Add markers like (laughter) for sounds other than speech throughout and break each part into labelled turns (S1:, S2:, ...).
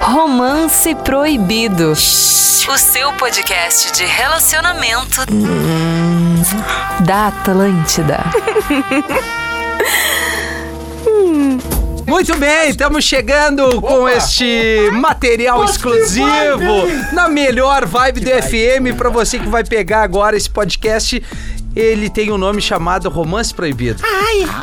S1: Romance Proibido. O seu podcast de relacionamento da Atlântida.
S2: Muito bem, estamos chegando com este material exclusivo na melhor vibe do FM para você que vai pegar agora esse podcast. Ele tem um nome chamado Romance Proibido.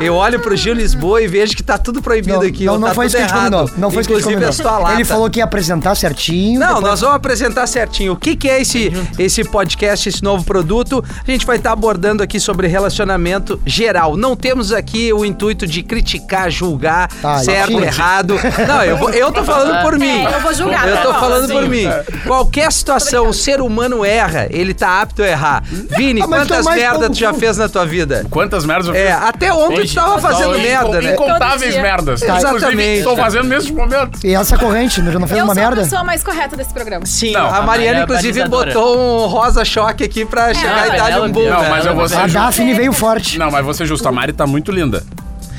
S2: Eu olho pro Gil Lisboa e vejo que tá tudo proibido
S3: Não,
S2: aqui.
S3: não,
S2: ou
S3: não
S2: tá
S3: foi
S2: tudo
S3: isso que a gente
S2: errado.
S3: combinou. Não foi isso que a gente
S2: Inclusive,
S3: combinou.
S2: a sua lata.
S3: Ele falou que ia apresentar certinho.
S2: Não,
S3: depois-
S2: nós vamos apresentar certinho o que, que é esse, esse podcast, esse novo produto. A gente vai estar abordando aqui sobre relacionamento geral. Não temos aqui o intuito de criticar, julgar,
S3: Tá,
S2: certo,
S3: entendi.
S2: errado. Não, eu, vou- eu tô falando por mim.
S4: É, eu vou julgar,
S2: Eu tô
S4: tá bom.
S2: falando por mim. Qualquer situação, o ser humano erra, ele tá apto a errar. Vini,
S3: Ah, mas então
S2: quantas
S3: mais
S2: merda
S3: pau
S2: tu
S3: no
S2: já
S3: cu.
S2: fez na tua vida?
S5: Quantas merdas eu
S2: É,
S5: fiz?
S2: até ontem tu
S5: Hoje.
S2: tava fazendo
S5: Hoje,
S2: merda, né?
S4: Todo
S5: Incontáveis
S4: dia.
S5: merdas.
S2: Exatamente.
S5: Inclusive, estou fazendo nesse momento.
S3: E essa corrente, né? não fez
S4: Eu
S3: uma
S4: sou a
S3: merda?
S4: pessoa mais correta desse programa.
S2: Sim,
S5: Não,
S2: a
S5: a
S2: Mariana,
S6: Mariana é
S2: inclusive,
S6: balizadora.
S2: botou um rosa choque aqui
S4: É,
S2: pra chegar
S6: mas
S2: e dar-lhe
S6: ela
S2: um
S6: deu.
S2: boom.
S5: Não,
S2: né?
S5: mas eu vou ser
S3: A
S5: justo.
S3: Daphne veio forte.
S5: Não, mas vou ser justo. A Mari tá muito linda.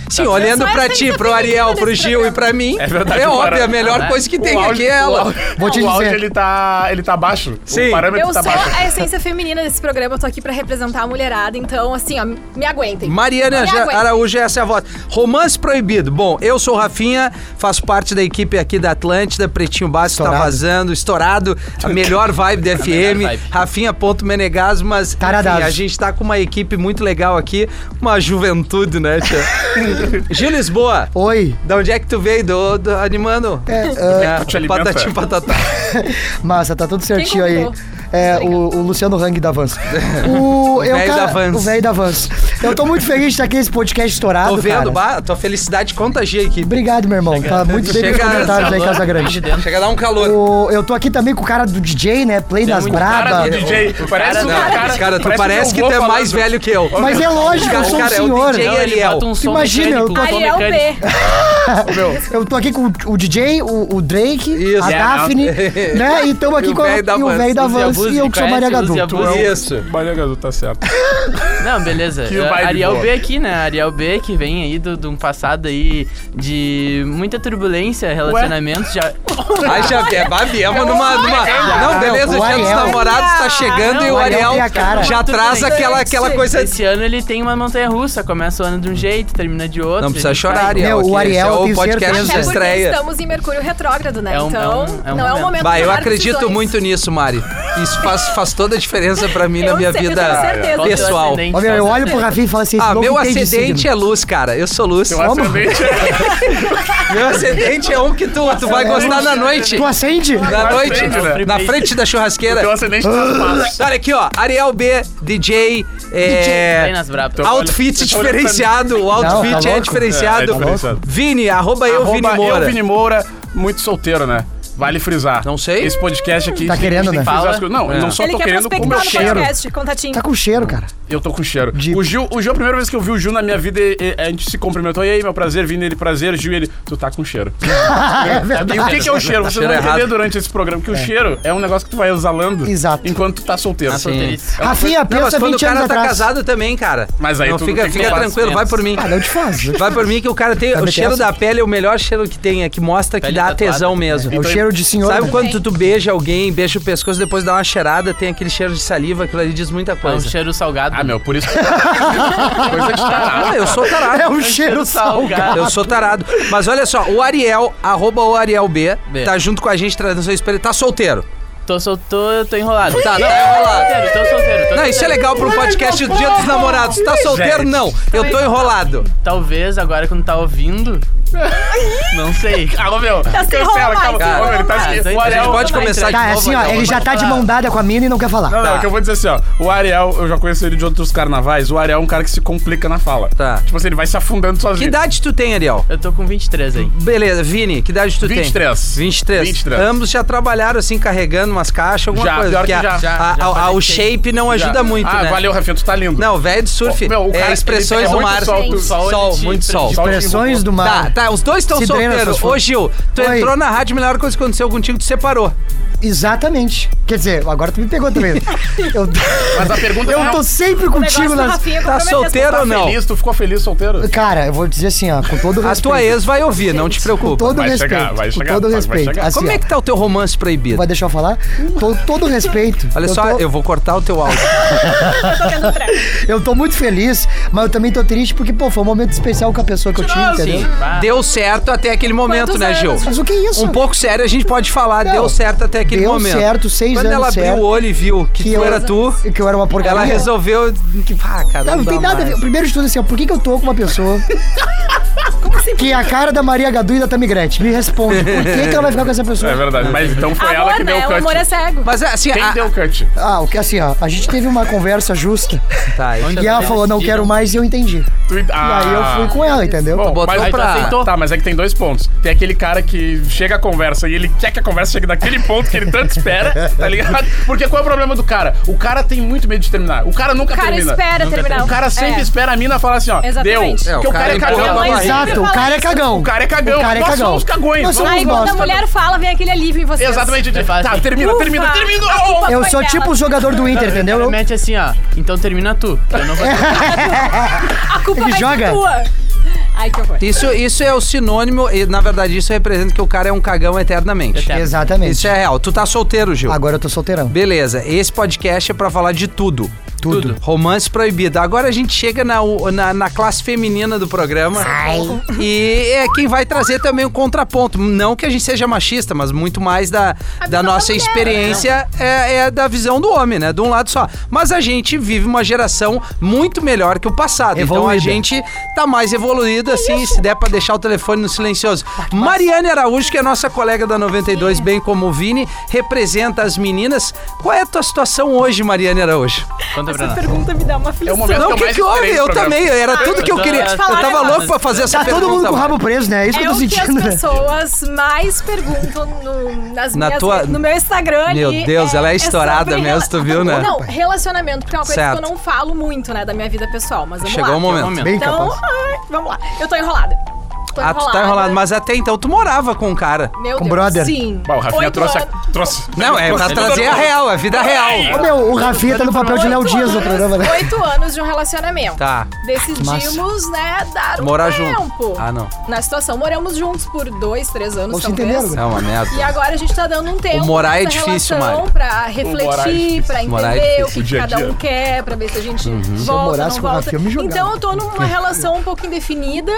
S2: Sim,
S4: Tá
S2: olhando
S4: Só
S2: pra
S4: essa
S2: ti,
S4: que
S2: pro
S4: tá
S2: Ariel,
S4: perdendo
S2: pro
S4: esse
S2: Gil e
S4: programa.
S2: pra mim,
S5: É verdade,
S2: é óbvio,
S5: Mara.
S2: a melhor
S6: Ah,
S2: coisa que tem
S5: O
S2: aqui é
S5: o
S2: ela.
S5: áudio-
S3: Vou te
S5: o áudio,
S3: dizer.
S5: ele tá, ele tá baixo.
S2: Sim.
S5: O parâmetro
S4: Eu
S5: tá
S4: sou
S5: baixo.
S4: a essência feminina desse programa, eu tô aqui pra representar a mulherada, então, assim, ó, me aguentem.
S2: Mariana
S4: Me
S2: Ja-
S4: aguentem.
S2: Araújo, essa é a voz. Romance Proibido. Bom, eu sou o Rafinha, faço parte da equipe aqui da Atlântida, Pretinho Básico tá
S3: Estourado.
S2: vazando, estourado,
S4: (laughs)
S2: a melhor vibe da FM,
S6: vibe.
S2: Rafinha.menegas, mas enfim,
S3: Taradaço.
S2: a gente tá com uma equipe muito legal aqui, uma juventude, né,
S4: (laughs)
S2: tia? Gil Lisboa,
S3: Oi.
S2: da onde é que tu veio? Do, do- animando?
S3: É,
S2: É,
S5: Tu te alimenta?
S2: patati patatá.
S3: Massa, tá tudo certinho
S4: Quem
S3: aí.
S4: convidou? Tá
S3: É, o, o Luciano Hang
S2: (laughs)
S3: da Vans. O eu,
S2: velho
S3: cara,
S2: da Vans.
S3: O velho da Vans. Eu tô muito feliz de estar aqui nesse podcast estourado.
S2: Tô vendo,
S3: cara.
S2: bah, tua felicidade contagia aqui.
S3: Obrigado, meu irmão. Tá muito bem nos
S2: Chega,
S3: comentários aí,
S6: Salão.
S3: Casa Grande.
S2: Chega a dar um calor.
S3: O- eu tô aqui também com o cara do DJ, né? Play das
S6: muito
S3: Braba.
S5: Cara do DJ. Parece um
S2: Não,
S5: cara...
S2: cara, tu
S5: meu
S2: parece, que
S5: vô
S2: tu é mais
S5: falando.
S2: velho que eu.
S3: Mas é lógico, eu
S2: Cara,
S3: sou um
S2: cara, é o
S3: senhor.
S2: DJ.
S6: Não, ele
S2: Ariel.
S6: bota um som
S3: Imagina,
S6: mecânico,
S3: eu tô-
S6: um som
S4: Ariel
S6: mecânico.
S4: é B.
S5: É
S3: Eu tô aqui com o DJ, o, o Drake,
S2: Isso.
S3: a
S2: É,
S3: Daphne,
S2: não. (laughs)
S3: né? E estamos
S2: E
S3: aqui
S2: o
S3: com a-
S2: velho da
S3: e o
S2: Vans.
S3: velho da
S6: Use a
S3: Vans
S6: Vuse,
S3: e eu que sou
S6: conhece?
S3: Maria
S6: Use
S3: Gadu.
S6: a
S3: Tu
S6: Vuse.
S3: é o-
S5: (laughs)
S2: Isso.
S5: Maria Gadu tá certo.
S6: Não, beleza.
S5: Que
S6: Eh,
S5: vibe
S6: Ariel
S5: boa.
S6: B aqui, né? Ariel B que vem aí do- de um passado aí de muita turbulência, relacionamento. Já...
S2: Ai, já é babiema numa, numa. Não, beleza,
S3: o
S2: o dia dos
S3: Ariel.
S2: namorados tá chegando
S6: Não,
S2: e o
S6: o
S2: Ariel
S3: Ariel tem a cara.
S2: já
S6: Tudo
S2: traz
S6: bem.
S2: aquela, aquela coisa.
S6: Esse ano ele tem uma montanha russa, começa o ano de um jeito, termina de outro. né?
S2: Não precisa
S6: ele
S2: chorar,
S6: vai-
S2: Ariel.
S3: Meu, o
S2: aqui, esse
S3: Ariel,
S2: é o
S3: tenho
S2: podcast
S3: certeza.
S2: da
S4: Até porque
S2: estreia.
S4: estamos em Mercúrio retrógrado, né?
S6: É um-
S4: então,
S6: é um- é um
S4: não é o
S6: momento.
S4: momento
S2: Bah,
S4: de
S2: eu
S4: tomar
S2: acredito
S4: decisões.
S2: muito nisso, Mari. Isso faz, faz toda a diferença pra mim na
S4: Eu
S2: minha
S4: sei, eu
S2: vida
S4: tenho certeza.
S6: Qual o teu
S2: pessoal.
S6: ascendente?
S3: Ó, meu, eu olho pro Rafinha e falo assim: esse
S2: Ah,
S3: louco
S2: meu
S3: tem de
S2: acidente
S3: signo.
S2: é luz, cara. Eu sou luz. (laughs)
S5: Teu ascendente é...
S2: Meu acidente é um que tu, tu vai gostar na noite.
S3: Tu acende?
S2: Na noite,
S5: acende, né?
S2: na frente da churrasqueira.
S5: Teu ascendente tá no
S2: (laughs)
S5: passo.
S2: Olha aqui, ó. Ariel B, DJ. É...
S6: Vem nas brabas.
S2: Outfit
S5: Tô olhando pra mim.
S2: diferenciado, o outfit
S3: tá
S2: é
S3: louco?
S2: diferenciado.
S5: É, é diferenciado.
S2: Vini, arroba eu,
S5: Arroba
S2: Vini Moura.
S5: Eu, Vini Moura, muito solteiro, né? Vale frisar.
S2: Não sei.
S5: Esse podcast aqui.
S3: Tá
S5: a gente
S3: querendo,
S5: tem que
S3: né?
S5: frisar
S6: Fala.
S5: as coisas. Não, eu não só
S4: Ele
S5: tô
S4: quer
S5: querendo como eu
S4: prospectar no
S5: cheiro.
S4: podcast, contatinho.
S3: Tá com cheiro, cara.
S5: Eu tô com cheiro.
S3: De-
S5: O Gil, o Gil, a primeira vez que eu vi o Gil na minha vida, e- e- a gente se cumprimentou. E aí, meu prazer, Vini, ele prazer, Gil, ele. Tu tá com cheiro.
S2: Ah,
S3: (laughs) É
S5: E o
S3: verdade.
S5: que, que é o cheiro? Você
S2: Tá Cheiro
S5: não vai entender
S2: errado.
S5: durante esse programa que o cheiro é um negócio que tu vai exalando
S3: Exato.
S5: enquanto tu tá solteiro.
S6: Na solteirice.
S3: Rafinha,
S2: Não, mas
S3: pensa
S2: quando o
S3: 20 anos
S2: cara tá
S3: atrás.
S2: casado também, cara.
S5: Mas aí
S2: não
S5: tu
S2: fica,
S5: tem que
S2: fica
S5: falar
S2: tranquilo, vai por mim.
S3: Ah, não te faz.
S2: Vai por mim que o cara tem.
S3: Sabe
S2: O
S3: que
S2: cheiro
S3: essa?
S2: da pele é o melhor cheiro que tem, é que mostra que
S6: Tá Pele
S2: dá
S6: tatuada,
S2: tesão
S6: né?
S2: mesmo.
S3: É o cheiro de senhor.
S2: Sabe
S3: né?
S2: quando tu, tu beija alguém, beija o pescoço, depois dá uma cheirada, tem aquele cheiro de saliva, aquilo ali diz muita
S6: É um
S2: coisa.
S6: cheiro salgado.
S5: Ah, meu, por isso que. Coisa que tá.
S2: Ah, eu sou tarado.
S3: É um cheiro salgado.
S2: Eu sou tarado. Mas olha só, o Ariel, arroba o Ariel B,
S6: B.
S2: tá junto com a gente trazendo seu espelho. Tá solteiro.
S6: Tô, sol... tô, tô enrolado.
S2: Tá, não,
S6: Tô
S2: é enrolado.
S6: solteiro, tô solteiro. Tô
S5: Tá
S2: Não,
S6: solteiro.
S2: isso é legal pro podcast do Dia dos Namorados. Tá solteiro?
S5: Gente.
S2: Não. Eu tô enrolado.
S6: Talvez agora quando tá ouvindo. não sei.
S5: (laughs) Alô, meu.
S4: sem
S5: cancela,
S4: rolar,
S5: calma.
S4: sem
S5: Ô, meu, ele
S4: rolar.
S5: tá
S6: Ah,
S5: esquecendo.
S6: então
S5: O
S6: a gente
S5: Ariel-
S2: pode começar
S3: Tá,
S2: de
S3: é
S2: novo.
S3: assim, ó,
S2: Ariel.
S3: ele já tá de mão dada com a mina e não quer falar.
S5: Não, não,
S2: Tá.
S5: é que eu vou dizer assim, ó. O Ariel, eu já conheço ele de outros carnavais. O Ariel é um cara que se complica na fala.
S2: Tá.
S5: Tipo assim, ele vai se afundando
S2: Que
S5: sozinho.
S2: idade tu tem, Ariel?
S6: Eu tô com 23 aí.
S2: Beleza, Vini, que idade tu
S5: 23.
S2: tem? 23.
S5: 23.
S2: Ambos já trabalharam assim, carregando umas caixas, alguma
S5: Já,
S2: coisa.
S5: pior
S2: porque
S5: que
S2: a-
S5: já.
S2: a-
S6: Já,
S2: a-
S6: já
S2: a- o
S6: falei que
S2: shape não ajuda muito,
S5: ah,
S2: né?
S5: valeu, Rafinha, tu tá lindo.
S2: Não, velho de surf
S5: Meu, o
S2: é
S5: cara,
S2: expressões
S5: ele é
S2: do
S5: muito
S2: mar.
S5: sol, tu-
S2: sol,
S6: ele te
S2: muito sol.
S6: prende.
S5: Sol.
S3: Pressões do
S2: Tá,
S3: mar.
S2: tá, os dois estão
S3: Se drena
S2: solteiros.
S3: suas
S2: Ô,
S3: forças.
S2: Gil, tu
S3: Oi.
S2: entrou na rádio, a melhor coisa que aconteceu contigo, tu separou.
S3: Exatamente. Quer dizer, agora tu me
S2: (laughs)
S3: pegou também. Eu,
S5: Mas a pergunta é
S3: eu tô sempre
S4: O negócio
S3: contigo
S4: do
S3: nas.
S4: Rafinha é
S2: Tá
S4: comprometer as
S2: solteiro ou
S5: não.
S2: não?
S5: Feliz, tu ficou feliz solteiro?
S3: Cara, eu vou dizer assim, ó, com todo
S2: A
S3: respeito.
S2: tua ex vai ouvir, não te
S3: Com
S2: preocupa.
S3: todo
S5: Vai
S3: respeito.
S5: chegar, vai
S3: com
S5: chegar,
S3: todo
S5: vai
S3: respeito.
S5: chegar.
S3: Assim,
S2: Como é
S3: ó,
S2: que tá o teu romance proibido?
S3: Vai deixar eu falar? Com todo respeito.
S2: Uhum. Olha
S3: eu
S2: só,
S3: tô-
S2: eu vou cortar o teu áudio.
S3: Eu tô muito feliz, mas eu também tô triste porque, pô, foi um momento especial com a pessoa que eu tive, entendeu?
S6: Bah.
S2: Deu certo até aquele momento,
S4: Quantos
S2: né, Gil?
S4: anos?
S3: Mas o que é isso?
S2: Um pouco sério a gente pode falar,
S3: Não,
S2: deu certo até aquele
S3: deu
S2: momento.
S3: certo, seis
S2: Quando
S3: anos
S2: ela abriu
S3: certo.
S2: o olho e viu que,
S3: que
S2: tu
S3: eu,
S2: era tu,
S3: Que eu era uma porcaria.
S2: ela resolveu. que, Ah, cara,
S3: Não, não
S2: dá
S3: tem nada a
S2: mais.
S3: ver. Primeiro de tudo, assim, ó, por que, que eu tô com
S2: (laughs)
S3: uma pessoa.
S2: assim?
S3: Que é a cara da Maria Gadu e da Tamigrete. Me responde, por que, que ela vai ficar com essa pessoa?
S5: É verdade, mas então foi ela
S4: Amor,
S5: que deu
S4: né?
S5: o
S4: O amor é
S5: cut.
S4: cego.
S2: Mas assim,
S5: Quem
S2: a-
S5: deu o cut?
S3: Ah, o que assim, ó, a gente teve uma
S2: (laughs)
S3: conversa justa
S2: Tá,
S6: Onde
S2: então-
S3: e ela falou, não quero mais, e eu entendi.
S5: Tu- ah.
S3: E aí eu fui com ela, entendeu?
S5: Bom,
S2: botou
S5: mas aí tu
S2: pra-
S5: aceitou. Tá, mas é que tem dois pontos. Tem aquele cara que chega a conversa e ele quer que a conversa chegue naquele ponto que ele tanto espera, tá ligado? Porque qual é o problema do cara? O cara tem muito medo de terminar. O cara nunca
S4: O cara
S5: termina.
S4: espera terminar.
S5: O cara sempre
S4: É.
S5: espera a mina falar assim, ó,
S4: Exatamente.
S5: deu.
S2: É,
S5: Porque
S2: o
S5: o cara
S2: cara
S5: é
S2: empurra
S5: cagão.
S2: ela
S4: Mas-
S2: barriga.
S3: Exato, o
S4: fala
S3: cara é
S4: isso.
S3: cagão.
S5: O cara é cagão.
S3: O cara é
S5: Nós
S3: cagão.
S5: somos cagões.
S3: Nós somos
S5: vamos
S4: Aí quando a
S3: bosta.
S4: mulher fala, vem aquele alívio em você.
S5: Exatamente.
S6: Eu faço
S5: Tá,
S6: assim.
S5: termina,
S4: Ufa.
S5: termina, termina. Oh!
S4: Ufa.
S3: Eu sou
S4: Foi
S3: tipo
S4: dela.
S3: o jogador do Inter, entendeu? Eu-
S6: Mete assim, ó. Então termina tu. que Eu não vou
S4: A culpa
S3: Ele
S4: vai
S3: joga.
S4: ser tua. Ai, que horror.
S2: Isso, isso é o sinônimo, e na verdade isso representa que o cara é um cagão eternamente.
S6: Eterno.
S3: Exatamente.
S2: Isso é real. Tu tá solteiro, Gil.
S3: Agora eu tô solteirão.
S2: Beleza, esse podcast é pra falar de tudo.
S3: Tudo.
S2: Romance proibido. Agora a gente chega na, na, na classe feminina do programa. E é quem vai trazer também o contraponto. Não que a gente seja machista, mas muito mais da, da
S4: visão
S2: nossa
S4: da mulher,
S2: experiência é, é da visão do homem, né? De um lado só. Mas a gente vive uma geração muito melhor que o passado. Então a
S3: Evoluída.
S2: gente tá mais evoluída, assim, se der pra deixar o telefone no silencioso. Mariane Araújo, que é nossa colega da 92, bem como o Vini, representa as meninas. Qual é a tua situação hoje, Mariane Araújo?
S6: Conta pra
S4: Essa
S6: nós.
S4: pergunta me dá uma
S5: Então É o
S4: aflição.
S5: momento
S2: Não, o
S5: que eu
S2: que,
S5: mais
S2: que houve?
S5: esperei
S2: Eu
S5: do programa.
S2: também, era
S4: Ah,
S2: tudo que eu
S6: eu tô-
S2: queria.
S6: eu
S2: Eu
S6: tô
S2: tava
S4: falando,
S2: louco pra fazer essa
S3: Tá todo mundo com o rabo preso, né? É isso que
S4: É
S3: eu tô
S4: o que as
S3: sentindo. né?
S4: pessoas mais perguntam no, nas
S2: Na
S4: minhas-
S2: tua-
S4: no meu Instagram.
S2: Meu
S4: e
S2: Deus, ela é estourada
S4: sobre
S2: mesmo, tu viu, né?
S4: Não, relacionamento, porque é uma coisa
S2: Certo.
S4: que eu não falo muito, né, da minha vida pessoal, mas vamos
S2: Chegou
S4: lá.
S2: o momento.
S3: Bem
S4: Então,
S3: capaz.
S4: ai, vamos lá. Eu tô enrolada. Tô
S2: Ah, tu tá enrolado, mas até então tu morava com o cara.
S4: Meu
S3: Com
S4: Deus,
S3: brother.
S4: Sim.
S5: Bah, o Rafinha
S4: Oito
S5: trouxe, a-
S4: anos.
S5: trouxe.
S2: Não, é pra
S5: trouxe-
S2: trazer a real, a vida real.
S3: Ô, meu, o Rafinha tá no papel de Léo
S4: Oito
S3: Dias no
S4: anos-
S3: programa, né?
S4: Oito anos de um relacionamento.
S2: Tá.
S4: Decidimos, né, dar um
S2: Morar
S4: tempo.
S2: junto. Ah, não.
S4: Na situação, moramos juntos por dois, três anos,
S3: Vocês
S4: talvez.
S3: entenderam, né?
S2: É uma merda.
S4: E agora a gente tá dando um tempo.
S2: O morar é
S4: nessa
S2: difícil,
S4: relação
S2: Mari.
S4: Pra
S5: morar é
S4: refletir,
S5: difícil.
S4: pra entender
S2: Morar é
S4: o,
S2: difícil. Uhum.
S4: que
S5: O dia a
S4: cada
S5: dia.
S4: um quer, pra ver se a gente
S3: Se eu
S4: volta,
S3: morasse
S4: não
S3: com o
S4: volta.
S3: Rafinha, eu me jogava.
S4: então eu tô numa relação um pouco indefinida,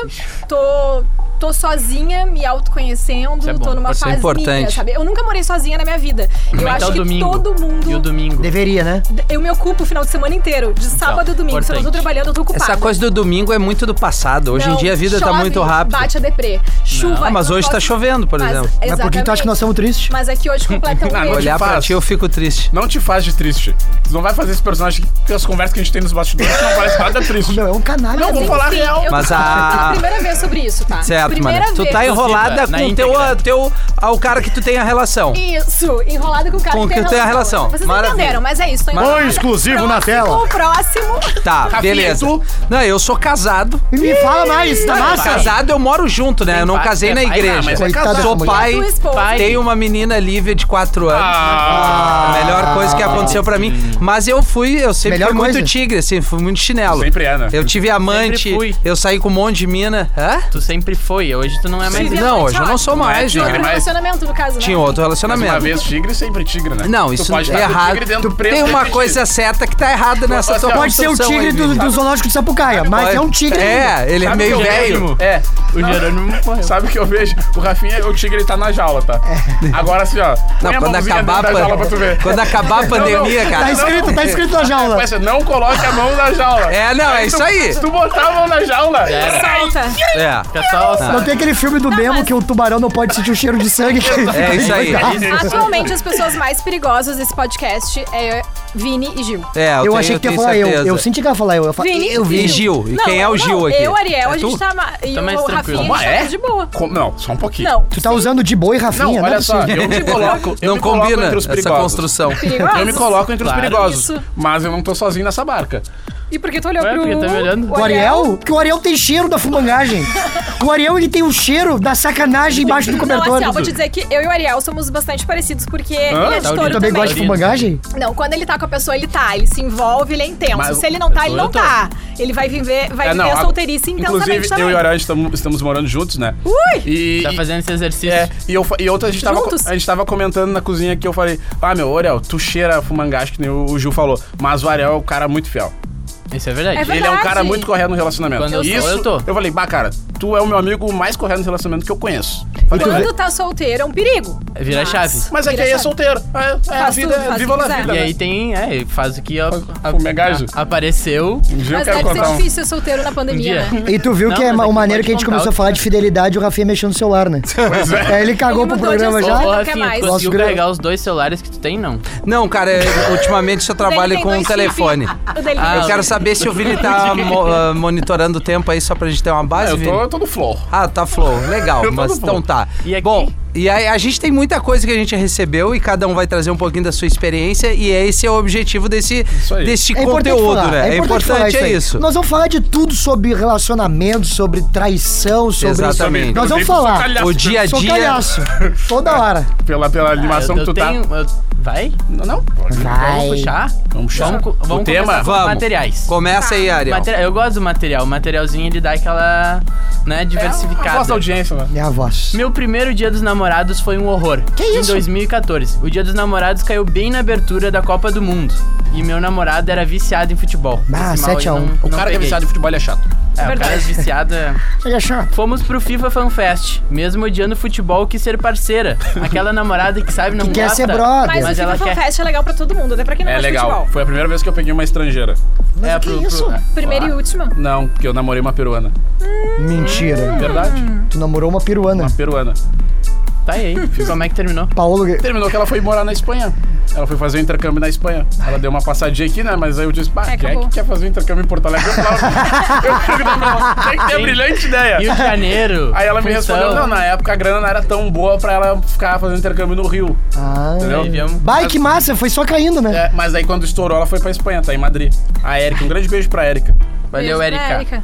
S4: tô. Tô sozinha, me autoconhecendo,
S6: Isso é bom,
S4: tô numa
S2: isso é
S4: fase minha,
S2: importante. então
S4: sabe? Eu nunca morei sozinha na minha vida. Eu
S6: Como é que tá
S4: acho
S6: o
S4: que
S6: domingo?
S4: todo mundo.
S6: E o domingo?
S3: Deveria, né?
S4: Eu me ocupo o final de semana inteiro, de sábado e domingo. Se eu não tô
S6: importante.
S4: trabalhando, eu tô ocupada.
S2: Então, Essa coisa do domingo é muito do passado. Hoje em
S4: Não,
S2: dia a vida tá
S4: chove,
S2: muito rápida.
S4: Bate a deprê. Chuva.
S2: Ah, mas
S4: eu
S2: hoje tá
S4: posso-
S2: chovendo, por
S4: Mas-
S2: exemplo.
S3: Mas por que tu acha que nós somos tristes?
S4: Mas aqui
S2: (laughs)
S4: hoje completa um
S5: Ah,
S4: mês.
S2: Olhar pra
S5: faz.
S2: ti eu fico triste.
S5: Não te faz de triste. Tu não vai fazer esse personagem que as conversas que a gente tem nos bastidores que não
S2: (laughs)
S5: parece nada triste.
S3: Meu, é um canalha.
S5: Não,
S3: né?
S5: vamos falar a
S4: Enfim,
S5: real.
S4: Eu
S2: Mas
S4: tô
S2: a-
S4: falando pela (laughs) primeira vez sobre isso, tá?
S2: Certo,
S4: primeira
S2: mano. Tu
S4: vez.
S2: tá enrolada
S6: Na
S2: com o teu,
S6: íntegra.
S2: teu, ao cara que tu tem a relação.
S4: Isso, enrolado com o cara
S2: Com
S4: que
S2: que tem a relação.
S4: Vocês
S2: Maravilha.
S4: entenderam, mas é isso. Tô enrolada.
S3: exclusivo na tela.
S4: Próximo, Próximo.
S2: Tá,
S5: Rafinha,
S2: beleza.
S5: e tu?
S2: Não, eu sou casado.
S3: Me fala mais, tá massa?
S2: Casado eu moro junto, né? Eu não
S6: pai,
S2: casei
S6: é
S2: na
S6: pai,
S2: igreja.
S6: não, mas
S5: é
S3: casado.
S2: Sou pai.
S4: E a tua esposa?
S6: Pai.
S2: Tenho uma menina Lívia de 4 anos.
S5: Ah. Hum.
S2: A melhor coisa que aconteceu pra mim. Mas eu fui, eu sempre
S3: Melhor
S2: fui muito
S3: coisa.
S2: tigre, assim, fui muito chinelo.
S5: Sempre é, né?
S2: Eu tive amante,
S6: Sempre fui.
S2: eu saí com um monte de mina. Hã?
S6: Tu sempre foi, hoje tu não é mais.
S4: Sim.
S6: isso.
S2: Não, hoje eu não sou
S5: Não é
S2: mais,
S5: tigre,
S2: né?
S4: Outro
S5: mas-
S4: relacionamento, no caso, né?
S2: Tinha outro
S5: Mas uma
S2: relacionamento.
S5: vez tigre, sempre tigre, né?
S2: Não,
S5: Tu
S2: isso
S5: pode
S2: é
S5: estar com o
S2: errado.
S5: tigre dentro do preto,
S2: Tem uma
S5: dentro do
S2: coisa certa que tá errada nessa
S5: Assim,
S2: tua
S5: ó,
S3: Pode ser o
S2: construção
S3: tigre
S2: aí,
S3: do,
S2: Vini.
S3: do zoológico de Sapucaia, mas é um tigre. ainda.
S2: É, ele é
S5: Sabe
S2: meio
S5: que eu
S2: velho.
S5: lembro?
S6: É, o Jerônimo morreu.
S5: Sabe o que eu vejo? O Rafinha, o tigre, ele tá na jaula, tá? Agora assim, ó.
S2: É. Não,
S5: põe a
S2: quando
S5: mãozinha
S2: acabar,
S5: dentro da jaula
S2: pan-
S5: pra tu ver.
S2: quando acabar a pandemia,
S5: não.
S2: cara.
S3: Tá escrito, tá escrito na jaula.
S5: (laughs) Mas não coloque a mão na jaula.
S2: É, não, é
S5: tu-
S2: isso aí.
S5: Se tu botar a mão na jaula,
S4: Solta.
S2: É.
S6: Pessoal,
S3: Não tem aquele filme do Nemo
S4: mas-
S3: que o tubarão não pode sentir o cheiro de sangue.
S5: Tá
S2: É isso aí.
S4: Atualmente, as pessoas mais perigosas desse podcast é Vini e Gil.
S2: É, eu,
S3: Eu,
S2: tenho-
S3: achei que tu ia
S2: tenho
S3: falar eu.
S2: certeza.
S3: Eu senti que ia falar eu. Eu, fa-
S4: Vini
S3: eu
S2: vi.
S3: vi.
S2: E Gil. E quem é o
S4: não,
S2: Gil aqui?
S4: Eu, Ariel,
S2: É
S4: a
S2: tu?
S4: gente tá... ma- E
S6: Tá
S4: o
S6: mais
S4: Rafinha,
S6: tranquilo.
S4: a gente
S5: Mas
S4: tá
S5: é?
S4: de boa.
S5: Co- Não, só um pouquinho.
S4: Não,
S3: Tu tá usando de boi,
S5: Não,
S3: Rafinha?
S5: olha
S3: é
S5: só,
S3: possível.
S5: eu me coloco, eu
S2: Não
S5: me coloco
S2: combina
S5: entre os
S2: essa
S5: (laughs) perigosos.
S2: construção.
S5: Eu me coloco entre os
S6: Claro.
S5: perigosos,
S4: Isso.
S5: mas eu não tô sozinho nessa barca.
S4: E por que tu olhou
S6: Ué,
S4: pro...
S6: porque tá me olhando.
S3: O Ariel? Porque o Ariel tem cheiro da fumangagem. o Ariel, ele tem o cheiro da sacanagem embaixo do
S4: Não,
S3: cobertor.
S4: assim, ó, vou te dizer que eu e o Ariel somos bastante parecidos, porque
S5: Tá,
S4: ele é de
S6: Taurino.
S4: touro
S3: Tu também
S4: também.
S3: gosta de
S6: Taurino.
S3: fumangagem?
S4: Não, quando ele tá com a pessoa, ele tá, ele se envolve, ele é intenso.
S5: Mas
S4: se ele não tá, ele
S6: eu
S4: não
S6: tô.
S4: tá. Ele vai viver, vai
S5: É,
S4: viver a
S5: a-
S4: solteirice
S5: Inclusive,
S4: intensamente também.
S5: eu e o Ariel estamos, estamos morando juntos, né?
S4: Ui!
S5: E,
S6: Tá
S5: e-
S6: fazendo esse exercício.
S5: É, e, eu, fa- e outra, a gente, tava, co-
S4: Juntos?
S5: a gente tava comentando na cozinha que eu falei, ah, meu, Ariel, tu cheira fumangás, que nem o, o Ju falou, mas o Ariel é o cara muito fiel.
S6: Isso é verdade.
S4: É verdade.
S5: Ele é um cara muito correto no relacionamento.
S6: Quando eu
S5: Isso,
S6: sou, eu tô.
S5: Eu falei, bah, cara, tu é o meu amigo mais correto no relacionamento que eu conheço. Falei,
S4: Quando tá solteiro, é um perigo.
S6: É virar
S4: Mas-
S6: chave.
S5: mas é que
S4: vira
S5: aí é
S4: chave.
S5: solteiro. É, é a
S4: Faz
S5: vida,
S4: tudo, faz
S5: viva
S4: o que
S5: a
S4: quiser.
S5: vida.
S6: E
S5: né?
S6: aí tem, é, e faz o que a, a-
S5: Fumegajo.
S6: a- apareceu.
S5: Um dia eu
S4: Mas
S5: quero
S4: deve
S5: contar
S4: ser
S5: um-
S4: difícil ser solteiro na pandemia,
S6: Um dia.
S4: né?
S3: E tu viu
S6: Não,
S3: que é
S6: mas
S3: ma-
S6: aqui
S3: uma maneira
S6: pode
S3: que a gente
S6: contar
S3: começou
S6: o
S3: a
S6: que
S3: falar de fidelidade e o Rafinha mexendo no celular, né?
S2: é.
S3: Aí ele cagou
S4: Ele
S3: pro
S4: mudou de
S3: programa
S6: Ô,
S4: assunto.
S3: já.
S4: não quer
S6: Rafinha,
S4: mais.
S6: tu
S3: Nosso
S6: conseguiu
S3: grande-
S6: carregar os dois celulares que tu tem, não?
S2: Não, cara, eu- ultimamente só trabalho
S4: Ele tem
S2: com o
S5: um
S4: dois
S2: telefone.
S4: filhos. O dele tem
S6: Ah,
S4: dois
S2: Eu quero
S4: filhos.
S2: saber se o Vini
S5: (laughs)
S2: tá mo- ah, monitorando o tempo aí só pra gente ter uma
S5: Ah,
S2: base,
S5: é? eu
S2: Vini.
S5: tô, eu tô no flow.
S2: Ah, tá flow, legal,
S5: Eu tô
S2: mas
S5: no flow.
S2: então tá.
S6: E aqui?
S2: Bom, e aí a gente tem muita coisa que a gente recebeu e cada um vai trazer um pouquinho da sua experiência e esse é o objetivo desse,
S5: aí.
S2: desse
S3: É importante
S2: conteúdo,
S3: falar,
S2: né? É
S3: falar
S2: importante, é
S3: aí.
S2: isso.
S3: Nós vamos falar de tudo sobre relacionamento, sobre traição, sobre...
S2: Exatamente.
S3: Nós vamos falar.
S2: O dia a
S3: Sou
S2: dia...
S3: calhaço. Toda hora.
S4: né?
S5: Pela, pela animação
S6: eu,
S5: que tu
S6: eu tenho, eu- Vai?
S5: tá. Não, não.
S6: Vamos puxar?
S5: Vamos puxar.
S6: Vamos, co-
S5: O
S6: vamos
S5: tema?
S6: começar com
S2: Vamos.
S6: materiais.
S2: Começa
S6: Ah,
S2: aí, Ariel.
S6: Material- eu gosto do material. O materialzinho ele dá aquela.
S5: É, A voz
S6: né,
S5: da
S6: diversificada.
S5: audiência, né?
S3: Minha voz.
S6: meu primeiro dia dos namorados foi um horror. Que em
S3: isso?
S6: 2014. O dia dos namorados caiu bem na abertura da Copa do Mundo. E meu namorado era viciado em futebol.
S3: Ah,
S6: Esse mal
S3: 7 a
S6: aí
S3: 1.
S6: não-
S5: O
S6: não
S5: cara que é
S6: peguei.
S5: viciado em futebol ele é chato.
S6: É, o
S5: (laughs)
S6: cara é viciado. é-
S3: Você é chato.
S6: Fomos pro FIFA FanFest, mesmo odiando futebol que ser parceira. Aquela namorada que sabe não
S3: Que quer
S6: gosta,
S3: ser
S4: Mas,
S3: brother.
S6: Mas
S4: o
S6: ela
S4: FIFA
S6: quer.
S4: Fest é legal pra todo mundo, até pra quem não
S5: É
S4: gosta de
S5: legal.
S4: futebol.
S5: Foi a primeira vez que eu peguei uma estrangeira.
S6: É,
S3: que isso?
S6: é.
S4: Primeira e última.
S5: Não, porque eu namorei uma peruana.
S3: Mentira.
S5: É Verdade.
S4: Hum.
S3: Tu namorou uma peruana.
S5: Uma peruana. (laughs)
S6: Tá aí, como é que terminou?
S3: Paulo...
S5: Terminou que ela foi morar na Espanha. Ela foi fazer o intercâmbio na Espanha. Ela deu uma passadinha aqui, né? Mas aí eu disse, pá,
S4: É,
S5: quem é
S4: acabou.
S5: que quer fazer o intercâmbio em Porto Alegre? Eu falava, (laughs) eu fico na minha- Tem que ter uma brilhante ideia.
S6: Rio de Janeiro.
S5: Aí ela me
S6: Função.
S5: respondeu, não, na época a grana não era tão boa pra ela ficar fazendo intercâmbio no Rio,
S3: Ah.
S5: entendeu?
S6: Aí viemos-
S3: Bah, que massa. Foi só caindo, né?
S5: É, mas aí quando estourou, ela foi pra Espanha, tá em Madrid. A Erika, um grande beijo pra Erika.
S6: Valeu,
S4: Beijo pra
S6: Erika.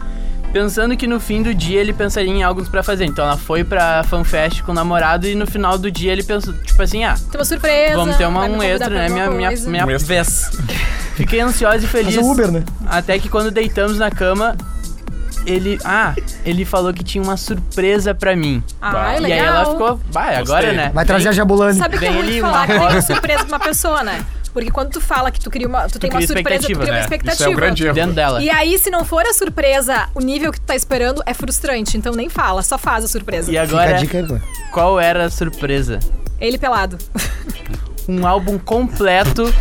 S6: Pensando que no fim do dia ele pensaria em algo pra fazer. Então ela foi pra fanfest com o namorado e no final do dia ele pensou, tipo assim, ah,
S4: Tem uma surpresa.
S6: vamos ter uma,
S4: vai me
S6: um
S4: convidar
S6: extra,
S4: pra
S6: né? Minha,
S4: alguma
S6: minha,
S4: coisa.
S6: minha
S5: Um
S3: (laughs)
S5: extra.
S6: vez. Fiquei ansiosa e feliz.
S3: Mas o Uber, né?
S6: Até que quando deitamos na cama, ele. Ah, ele falou que tinha uma surpresa pra mim.
S4: Ai,
S6: E aí
S4: Ah, é legal.
S6: ela ficou, vai, agora né?
S3: Vai trazer a
S6: Vem-
S3: Jabulani.
S4: Sabe o que é
S6: Vem
S4: muito
S6: ali
S4: falar?
S6: uma
S4: Que tem
S6: roda.
S4: uma surpresa pra uma pessoa, né? Porque quando tu fala que tu cria uma, tu tem uma
S6: cria
S4: surpresa, tu
S6: expectativa,
S4: cria uma
S6: né?
S4: expectativa.
S5: Isso é um grande erro.
S6: Dentro dela.
S4: E aí, se não for a surpresa, o nível que tu tá esperando é frustrante. Então nem fala, só faz a surpresa.
S3: Fica
S6: E
S3: a
S6: agora,
S3: dica aí, pô.
S6: qual era a surpresa?
S4: Ele pelado.
S6: Um álbum completo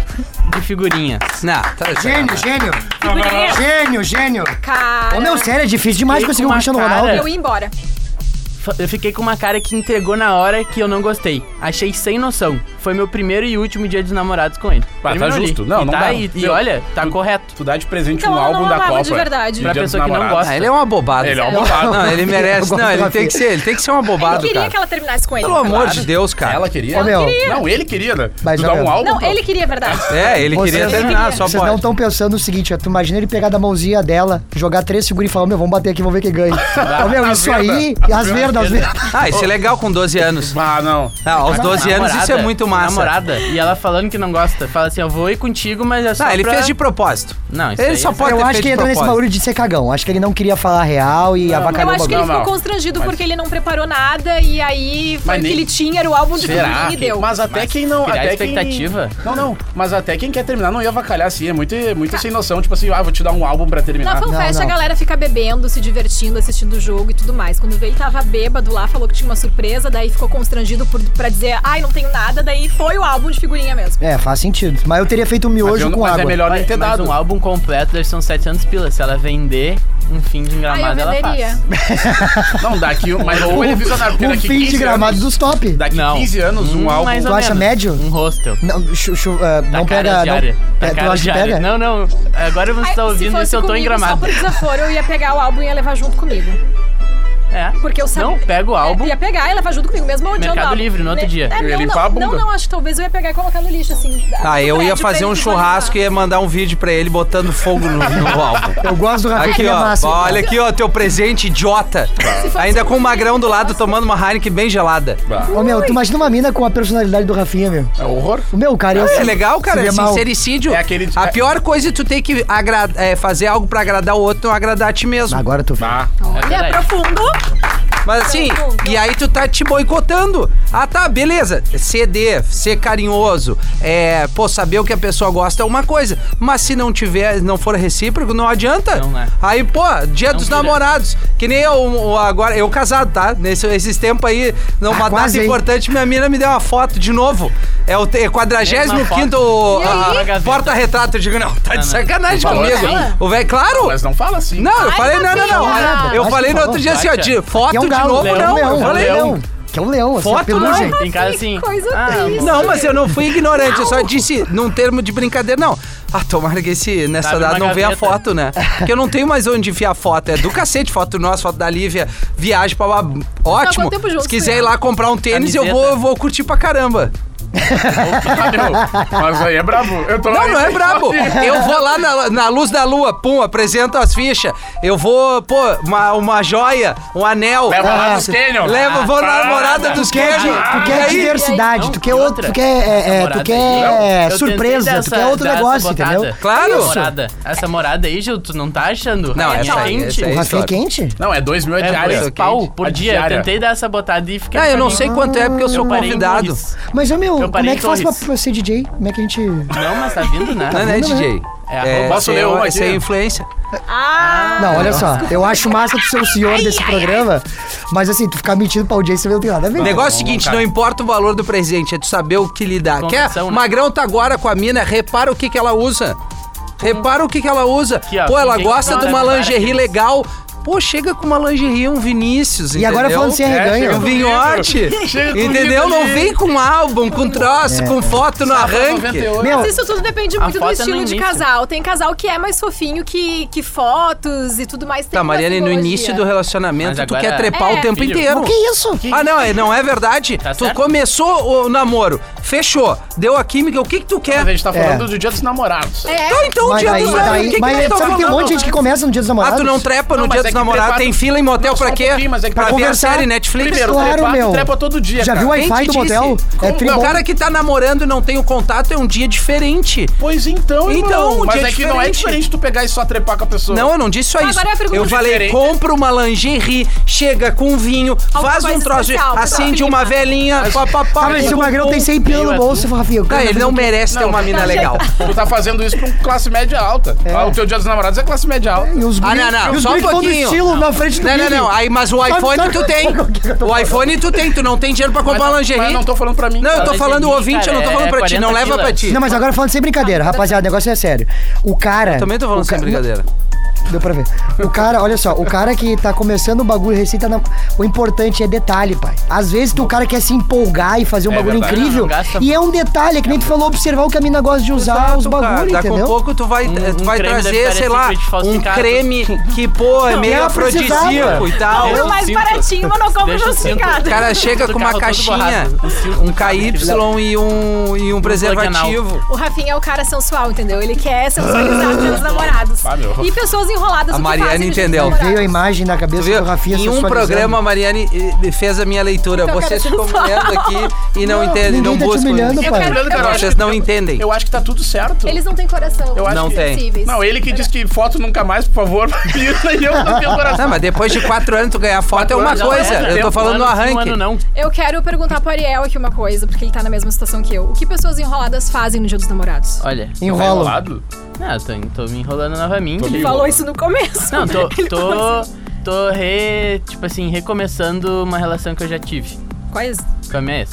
S6: de figurinhas.
S2: Não, tá
S3: Gênio, gênio.
S4: (laughs) Figurinha.
S3: Gênio, gênio.
S4: É, Cara.
S3: Ô, meu, sério, é difícil demais
S6: Fiquei
S3: conseguir
S6: com
S3: o
S6: uma
S3: Cristiano
S6: cara-
S3: Ronaldo.
S4: eu ia embora.
S6: Fa- Eu fiquei com uma cara que entregou na hora que eu não gostei. Achei sem noção. Foi meu primeiro e último dia dos namorados com ele.
S5: Ah, tá
S6: Terminou ali.
S5: justo. Não,
S6: e
S5: não
S6: tá,
S5: dá.
S6: E, e
S5: Meu,
S6: olha, tá correto.
S5: Tu dá de presente
S4: Então
S5: um
S4: ela não
S5: álbum da
S4: amava
S5: Copa.
S4: de verdade.
S5: no
S6: Pra
S5: Dia dos
S6: pessoa que não
S5: Namorados.
S6: gosta.
S2: Ah, ele é uma bobada.
S5: Ele é um
S4: Sério?
S5: bobado.
S2: Não, ele
S3: Eu
S2: merece.
S3: gosto
S2: Não, ele
S3: da
S2: tem que ser, ele tem que ser um
S4: Ele
S2: bobado,
S4: queria
S2: cara.
S4: que ela terminasse com ele.
S2: Pelo amor de Deus, cara.
S5: Ela queria?
S3: Ô, meu.
S5: Não, ele queria. né?
S3: Mas,
S5: tu dá
S3: meu.
S5: um álbum?
S4: Não,
S5: pra-
S4: ele queria, é verdade.
S2: É, ele
S3: Vocês-
S2: queria terminar, só
S3: Vocês não
S2: pode.
S3: estão pensando no seguinte, ó, tu imagina ele pegar da mãozinha dela, jogar três figurinhas e falar, meu, vamos bater aqui, vamos ver quem ganha. Ô, meu,
S5: As
S3: isso
S5: verdas.
S3: aí, as né? verdas, as verdas.
S2: Ah, isso é legal com 12 anos.
S5: Ah, não.
S2: Ah, aos 12 anos
S6: Namorada,
S2: isso é muito massa.
S6: Namorada. E ela falando que não gosta. Fala assim, eu vou ir contigo, mas é só
S2: Ah, ele
S6: pra...
S2: fez de propósito.
S6: Não, isso
S2: Ele
S6: aí
S2: só
S6: é-
S2: pode
S3: eu
S2: ter
S3: acho
S2: feito
S3: que
S2: de
S3: entra nesse
S2: propósito.
S3: bagulho de ser cagão, acho que ele não queria falar real e
S4: Eu
S3: avacalhou o
S4: acho que
S3: bagulho.
S4: ele
S5: Não, não.
S4: ficou constrangido porque ele não preparou nada e aí foi
S5: Mas
S4: o que
S5: nem-
S4: ele tinha, era o álbum de figurinha e tipo, deu.
S5: Mas até quem não.
S6: criar
S5: Até
S6: expectativa.
S5: Quem... Não, não. Mas até quem quer terminar não ia avacalhar assim. É muito, muito sem noção. Tipo assim, ah, vou te dar um álbum pra
S4: Na
S6: Ah,
S5: terminar.
S4: FanFest
S3: não.
S4: a galera fica bebendo, se divertindo, assistindo o jogo e tudo mais. Quando veio, ele tava bêbado lá, falou que tinha uma surpresa, daí ficou constrangido por, pra dizer, ai, não tenho nada, daí foi o álbum de figurinha mesmo.
S3: É, faz sentido. Mas eu teria feito um
S5: Mas
S3: miojo
S5: eu não-
S3: com
S5: mas é
S3: água.
S5: melhor nem ter
S6: Mas
S5: dado.
S6: um álbum completo deve ser uns 700 pilas. Se ela vender um fim de
S4: Ai, Ah, eu
S6: engramado, ela
S4: venderia.
S6: faz.
S5: É Não, daqui. Mas ou ele é visionário. Porque
S3: Um
S5: daqui
S3: fim de
S5: 15
S3: gramado
S5: anos-
S3: dos top.
S5: Daqui
S6: Não.
S5: 15 anos, um
S6: Hum,
S5: álbum.
S6: mais ou
S3: Tu acha
S6: menos.
S3: médio?
S6: Um hostel.
S3: Não, chu- chu- ah, não
S6: Tá
S3: pega.
S6: cara de
S3: Não,
S6: área. Tá
S3: é, tu
S6: cara
S3: acha
S6: de
S3: que
S6: área.
S3: pega?
S6: Não, não. Agora você
S4: Ai,
S6: tá ouvindo
S4: se
S6: isso,
S4: fosse
S6: eu tô
S4: comigo,
S6: engramado.
S4: Só por desaforo, eu ia pegar o álbum e ia levar junto comigo.
S6: É.
S4: Porque eu sabia.
S6: Não, pega o álbum.
S4: É, ia pegar e levar junto comigo, mesmo odiando
S6: Mercado
S4: o álbum.
S6: Livre, no outro
S4: Né?
S6: dia.
S4: É,
S5: Eu ia
S4: não,
S5: limpar
S4: não,
S5: a bunda.
S4: Não, não, acho que talvez eu ia pegar e colocar no lixo, assim.
S2: Ah, eu
S3: é
S2: ia fazer um churrasco e
S4: e
S2: ia mandar um vídeo pra ele botando fogo no,
S3: (laughs)
S2: no álbum.
S3: Eu gosto do Rafinha, que
S2: Aqui,
S3: ele é
S2: ó.
S3: massa.
S2: Olha aqui, ó, teu presente idiota.
S3: um
S2: Ainda com o magrão do lado tomando uma Heineken bem gelada.
S5: Bah.
S3: Ô, meu, tu imagina uma mina com a personalidade do Rafinha, meu.
S5: É horror.
S3: O meu, cara, eu
S2: É legal, cara.
S3: se
S2: É
S3: vê mal.
S2: sincericídio.
S5: É aquele-
S2: A pior coisa é tu ter que agra- é, fazer algo pra agradar o outro, não agradar a ti mesmo.
S3: Agora tu...
S5: Bah.
S6: É
S4: Olha,
S6: verdade.
S4: Né, profundo.
S2: Mas assim,
S4: Não, não, não.
S2: e aí tu tá te boicotando. Ah, tá, beleza. Ceder, ser carinhoso, é, pô, saber o que a pessoa gosta é uma coisa. Mas se não tiver, não for recíproco, não adianta.
S6: Não é.
S2: Aí, pô, dia
S6: Não
S2: dos
S6: vira.
S2: namorados. Que nem eu o- agora, eu casado, tá? Nesse, esses tempos aí, não, uma
S3: Ah, quase,
S2: data
S3: hein?
S2: importante, minha mina me deu uma foto de novo. É o te- 45
S6: Mesma foto. E aí?
S2: ah, porta-retrato. Eu digo, não, tá de
S6: não.
S2: sacanagem
S5: Falou
S2: comigo.
S4: dela?
S2: O velho, claro.
S5: Mas não fala assim. (laughs)
S2: Não, eu
S4: Ai,
S2: falei, não, não, não.
S4: Fabiana.
S2: Eu
S3: Acho
S2: falei
S3: que
S2: no
S3: falou.
S2: outro dia assim, ó, de foto
S3: Aqui é um
S2: de
S3: galo,
S2: novo,
S3: é um
S2: não.
S3: leão,
S2: Eu
S3: é um
S2: falei,
S3: leão.
S2: não.
S3: Que é um leão, assim,
S2: Foto, né? não.
S3: pelugem.
S6: Em casa,
S4: Que
S6: assim.
S4: coisa
S6: ah,
S4: triste.
S2: Não, mas eu não fui ignorante, eu só disse num termo de brincadeira, não. Ah, tomara que esse, nessa
S3: Tá,
S6: Abre
S2: data
S6: uma
S2: não venha a
S6: gaveta.
S2: foto, né? Porque eu não tenho mais onde enfiar foto. É do cacete, foto nossa, foto da Lívia, viagem pra lá. Ótimo.
S4: quanto tempo junto,
S2: Se quiser
S4: né?
S2: ir lá comprar
S3: Tá
S2: um tênis, eu vou,
S6: Camiseta.
S2: eu vou curtir pra caramba.
S5: Ah, meu. Mas aí é brabo. Eu tô
S2: Não, não é brabo.
S3: (laughs)
S2: Eu vou lá na, na luz da lua, pum, apresento as fichas. Eu vou, pô, uma, uma joia, um anel.
S5: Leva lá
S3: Ah,
S5: nos
S3: você-
S5: Canyon. Ah,
S2: Leva, vou na namorada dos
S3: Tu quer,
S2: queijos.
S3: di- tu quer
S2: E aí?
S3: diversidade,
S6: Não,
S3: tu quer
S6: e
S3: outro,
S6: outra?
S3: tu quer, é, é, tu
S6: Namorada
S3: quer
S6: aí. Eu
S3: surpresa,
S6: tentei
S3: tu
S6: dessa-
S3: quer outro
S6: dessa
S3: negócio,
S6: botada.
S3: entendeu?
S2: Claro.
S6: Namorada. Essa morada aí, Gil, tu não tá achando?
S2: Não,
S6: É
S2: essa aí,
S6: quente.
S2: essa aí.
S3: O Rafinha é
S2: história.
S3: quente?
S5: Não, é dois mil a
S6: É
S5: diária.
S6: dois pau por
S5: A
S6: dia.
S5: diária.
S6: Eu tentei dar essa botada e fiquei.
S2: Ah, eu não sei quanto é porque eu sou
S6: Eu parei em
S2: convidado.
S6: Torres.
S3: Mas, ô, meu,
S6: Eu
S3: como
S6: parei
S3: é que
S6: em
S3: faz pra,
S6: Torres.
S3: pra ser DJ? Como é que a gente...
S6: Não, mas tá vindo, né?
S2: Não, não é DJ.
S6: É, arroba-
S5: posso
S2: ser-
S5: ler uma aqui?
S2: ser influência.
S4: Ah,
S3: Não, olha só, eu acho massa tu ser o senhor desse programa, mas assim, tu ficar mentindo pra audiência não tem nada a ver.
S2: O negócio é o
S5: bom,
S2: seguinte,
S5: cara.
S2: não importa o valor do presente, é tu saber o que lidar. Quer?
S6: Condição, né?
S2: Magrão tá agora com a mina, repara o que que ela usa. Repara o que que ela usa.
S6: ó,
S2: Pô, ela
S6: ninguém
S2: gosta de
S6: fala,
S2: uma
S6: repara
S2: lingerie
S6: aqueles-
S2: legal. Pô, chega com uma lingerie, um Vinícius,
S3: E agora
S2: entendeu?
S3: falando sem
S5: É,
S3: arreganho.
S5: chega
S2: Um vinhote,
S5: Chega tudo
S2: entendeu? Não
S5: ali.
S2: vem com um álbum, com troço,
S3: É.
S2: com foto no arranque.
S5: 98.
S3: Meu,
S4: Mas isso tudo depende muito do
S6: foto é no
S4: estilo de
S6: início.
S4: casal. Tem casal que é mais fofinho que, que fotos e tudo mais. Tem
S2: Tá,
S4: uma
S2: Mariana, no
S4: simbologia.
S2: início do relacionamamento,
S6: Mas
S2: tu
S6: agora-
S2: quer trepar
S4: É.
S2: o tempo
S6: Filho.
S2: inteiro.
S3: que isso?
S2: Ah, não, é- não é verdade?
S6: Tá
S2: tu
S6: certo?
S2: começou o namoro, fechou, deu a química, o que que tu
S5: A
S2: quer?
S5: gente tá falando do dia dos namorados.
S4: É,
S2: Então, então, o
S3: Mas
S2: dia
S3: aí,
S2: dos namorados, o
S3: daí,
S2: que que
S3: mas
S2: tu tá
S3: sabe que tem um
S2: falando?
S3: monte de gente que começa no dia dos namorados?
S2: Ah, tu não trepa no dia
S5: Não, mas
S2: dos
S5: é que
S2: namorados,
S5: trepar-
S2: tem fila em motel
S5: Não,
S2: pra
S5: só um
S2: quê?
S5: pouquinho, mas é que
S2: pra
S5: pra
S2: ver
S3: conversar-
S2: série Netflix?
S5: Primeiro,
S3: Claro,
S5: trepa, tu
S3: meu.
S5: trepa todo dia,
S3: Já
S5: cara.
S3: viu o
S2: Quem
S3: Wi-Fi
S2: te
S3: do
S2: disse?
S3: motel? É
S5: Como-
S2: O
S3: tribom.
S2: cara que tá namorando e não tem o contato é um dia diferente.
S5: Pois então, irmão.
S2: Então, o
S5: Mas
S2: dia
S5: é
S2: é
S5: que não é
S2: diferente.
S5: diferente tu pegar e só trepar com a pessoa.
S2: Não, eu não disse só
S4: Agora
S2: isso.
S4: é a pergunta
S2: eu
S4: do
S2: falei,
S5: diferente.
S2: compra uma lingerie, chega com vinho, faz um
S4: coisa
S2: troço, de-
S4: especial,
S2: acende
S4: pessoal.
S2: uma
S4: (laughs)
S2: velhinha, pá, pá, pá,
S3: Ah, mas se o
S2: pum,
S3: Magrão
S2: pum.
S3: tem 100 pila no
S6: Meio
S3: bolso, Rafinha. eu quero
S2: Ah, ele
S3: fazer
S2: não
S3: um-
S2: merece ter uma mina
S4: (laughs)
S2: legal.
S5: Tu tá fazendo isso pra um classe média alta. Ah, o teu dia dos namorados é classe média alta.
S3: E os
S2: Ah, não, não,
S3: e os
S2: só um
S3: guris que vão no
S2: pouquinho.
S3: estilo na frente do
S2: Não, não,
S3: Mini.
S2: não. Aí, mas o
S3: Sabe-
S2: iPhone
S3: sabe-
S2: tu tem.
S3: sabe (laughs) o que que eu tô
S2: O iPhone tu tem, tu não tem dinheiro pra comprar uma
S5: Mas
S2: lingerie.
S5: não tô falando pra mim.
S2: Não, eu
S5: cara.
S2: tô
S6: Mas
S2: falando o
S6: lingerie,
S2: ouvinte, eu
S6: cara,
S2: não tô
S6: é
S2: falando pra ti, não
S6: 40
S2: leva pra
S6: quilos.
S2: ti.
S3: Não, mas agora falando sem brincadeira, rapaziada, o negócio é sério. O cara.
S2: Ah, tá. Também tô falando
S3: o ca-
S2: sem brincadeira.
S3: Deu pra ver. O cara, olha só, o cara que tá começando um bagulho recém, tá na... o importante é detalhe, pai. Às vezes tu, o cara quer se empolgar e fazer um
S5: É
S3: bagulho
S5: verdade.
S3: incrível.
S6: Não, não gasta-
S3: e é um detalhe, é que nem tu falou, observar o que a mina gosta de usar, os
S2: Exato, cara.
S3: bagulhos,
S2: Daqui a
S3: entendeu?
S2: pouco tu vai,
S6: Um-
S2: tu
S6: um
S2: vai
S6: creme deve
S2: trazer, sei
S6: parecer
S2: lá,
S6: de
S2: um
S6: falsificado.
S2: creme que, pô, é meio
S3: eu precisava.
S2: afrodisíaco e tal.
S4: Compra o mais
S6: Cinto.
S4: baratinho, monocombo
S6: Deixa o cinto.
S4: justificado.
S2: O cara chega
S6: Do
S2: com uma
S6: carro todo
S2: caixinha,
S6: borrado.
S2: um KY e um, e um preservativo.
S4: O Rafinha é o cara sensual, entendeu? Ele quer
S2: (laughs)
S4: sensualizar pelos namorados.
S5: Ah, meu.
S4: E pessoas enroladas.
S2: A
S4: o que
S2: Mariana
S4: fazem nos
S2: entendeu.
S4: namorados.
S3: Veio a imagem na cabeça
S2: Tu viu?
S3: do Rafinha né?
S2: Em um
S3: sensualizando.
S2: programa, a Mariane eh, fez a minha leitura.
S4: Então,
S2: Vocês
S4: cara,
S2: ficam me olhando aqui e não, entendem,
S3: ninguém
S2: não
S3: tá te
S2: buscam.
S3: humilhando,
S2: isso.
S3: pai.
S4: Eu quero-
S5: Olhando,
S4: eu
S5: cara,
S4: quero-
S2: Vocês não entendem.
S5: Eu acho que tá tudo certo.
S4: Eles não têm coração.
S5: Eu acho
S2: Não
S5: que-
S2: tem.
S4: Sensíveis.
S5: Não, ele que diz que foto nunca mais, por favor. (laughs) Isso e eu não tenho coração.
S2: Não, mas depois de quatro anos tu ganhar foto é uma
S5: anos já
S2: coisa.
S5: era.
S2: Eu tô
S5: Tempo,
S2: falando no
S6: ano sim, um
S2: arranque.
S4: né?
S6: ano não.
S4: Eu quero perguntar pro Ariel aqui uma coisa, porque ele tá na mesma situação que eu. O que pessoas enroladas fazem no Dia dos Namorados?
S6: Olha.
S5: Tá
S3: Enrola.
S5: enrolado?
S6: Ah, tô, tô me enrolando novamente.
S5: Tô me
S4: Ele falou isso no começo.
S6: Não, tô.
S4: (laughs) Ele falou
S6: tô.
S4: assim,
S6: Tô re. Tipo assim, recomeçando uma relação que eu já tive
S4: Quais?
S6: com a minha ex.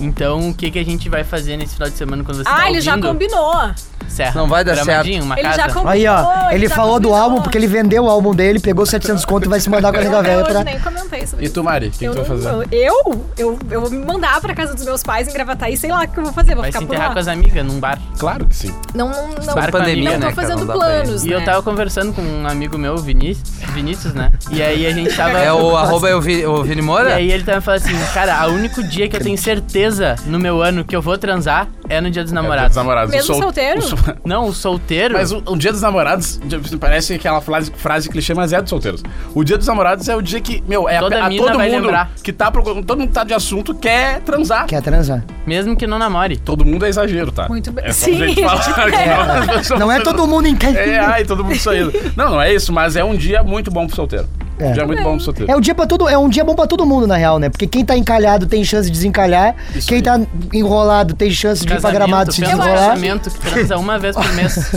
S6: Então, o que, que a gente vai fazer nesse final de semana quando você tá
S4: Ah, ele já
S6: ouvindo?
S4: combinou.
S5: Tá
S6: Certo.
S2: Não vai dar certo.
S6: Gramadinho, Uma
S4: Ele
S6: casa.
S4: já combinou.
S3: Aí, ó, ele
S4: já
S3: falou do
S4: combinou.
S3: álbum porque ele vendeu o álbum dele, pegou 700 conto e vai se mandar com a nega
S4: Eu
S3: velha
S4: hoje né?
S3: pra...
S4: nem comentei sobre
S5: E tu, Mari, o que, que
S4: eu,
S5: tu vai fazer?
S4: não- eu, eu, eu vou me mandar pra casa dos meus pais em Gravataí, sei lá o que eu vou fazer, vou
S6: Vai se
S4: ficar por lá.
S6: enterrar com as amigas num bar.
S5: Claro que sim.
S4: Não, não, não,
S6: Claro,
S4: não
S6: pandemia,
S4: tô
S6: né,
S4: fazendo
S2: Não dá pra ir.
S4: planos,
S6: E
S4: né?
S6: eu tava conversando com um amigo meu, o Vinícius, Vinícius, né? E aí a gente tava.
S2: É
S6: (laughs)
S2: o arroba é o, Vi, o Vini
S6: E
S2: Moura?
S6: aí ele tava falando assim, cara, o único dia que eu tenho certeza no meu ano que eu vou transar é no dia
S5: Dia dos
S6: dos namorados.
S5: namorados.
S4: Mesmo
S5: O sol-
S4: solteiro?
S5: o sol-
S6: Não, o solteiro.
S5: Mas o, o dia dos namorados, dia- parece aquela frase, frase clichê, mas é dos solteiros. O dia dos namorados é o dia que, meu, é
S6: Toda
S5: a, a
S6: mina
S5: todo
S6: vai
S5: mundo
S6: lembrar.
S5: que tá procurando, todo mundo tá de assunto, quer transar.
S3: Quer transar.
S6: Mesmo que não namore.
S5: Todo mundo é exagero, tá?
S4: Muito bem.
S5: É só
S4: Sim,
S5: um jeito de
S4: (laughs)
S5: falar que não- as pessoas-
S3: Não é todo mundo entende.
S5: (laughs) É, ai, todo mundo sorrindo. Não, não é isso, mas é um dia muito bom pro solteiro.
S3: É.
S5: Um dia muito bom pro
S3: (laughs)
S5: solteiro.
S3: É um dia para todo, é um dia bom pra todo mundo na real, né? Porque quem tá encalhado tem chance de desencalhar, quem
S5: aí.
S3: tá enrolado tem chance de ir pra
S6: Casamento,
S3: gramado se
S6: pensa no
S3: desenrolar.
S6: casamento que transa uma vez por mês.
S4: (laughs)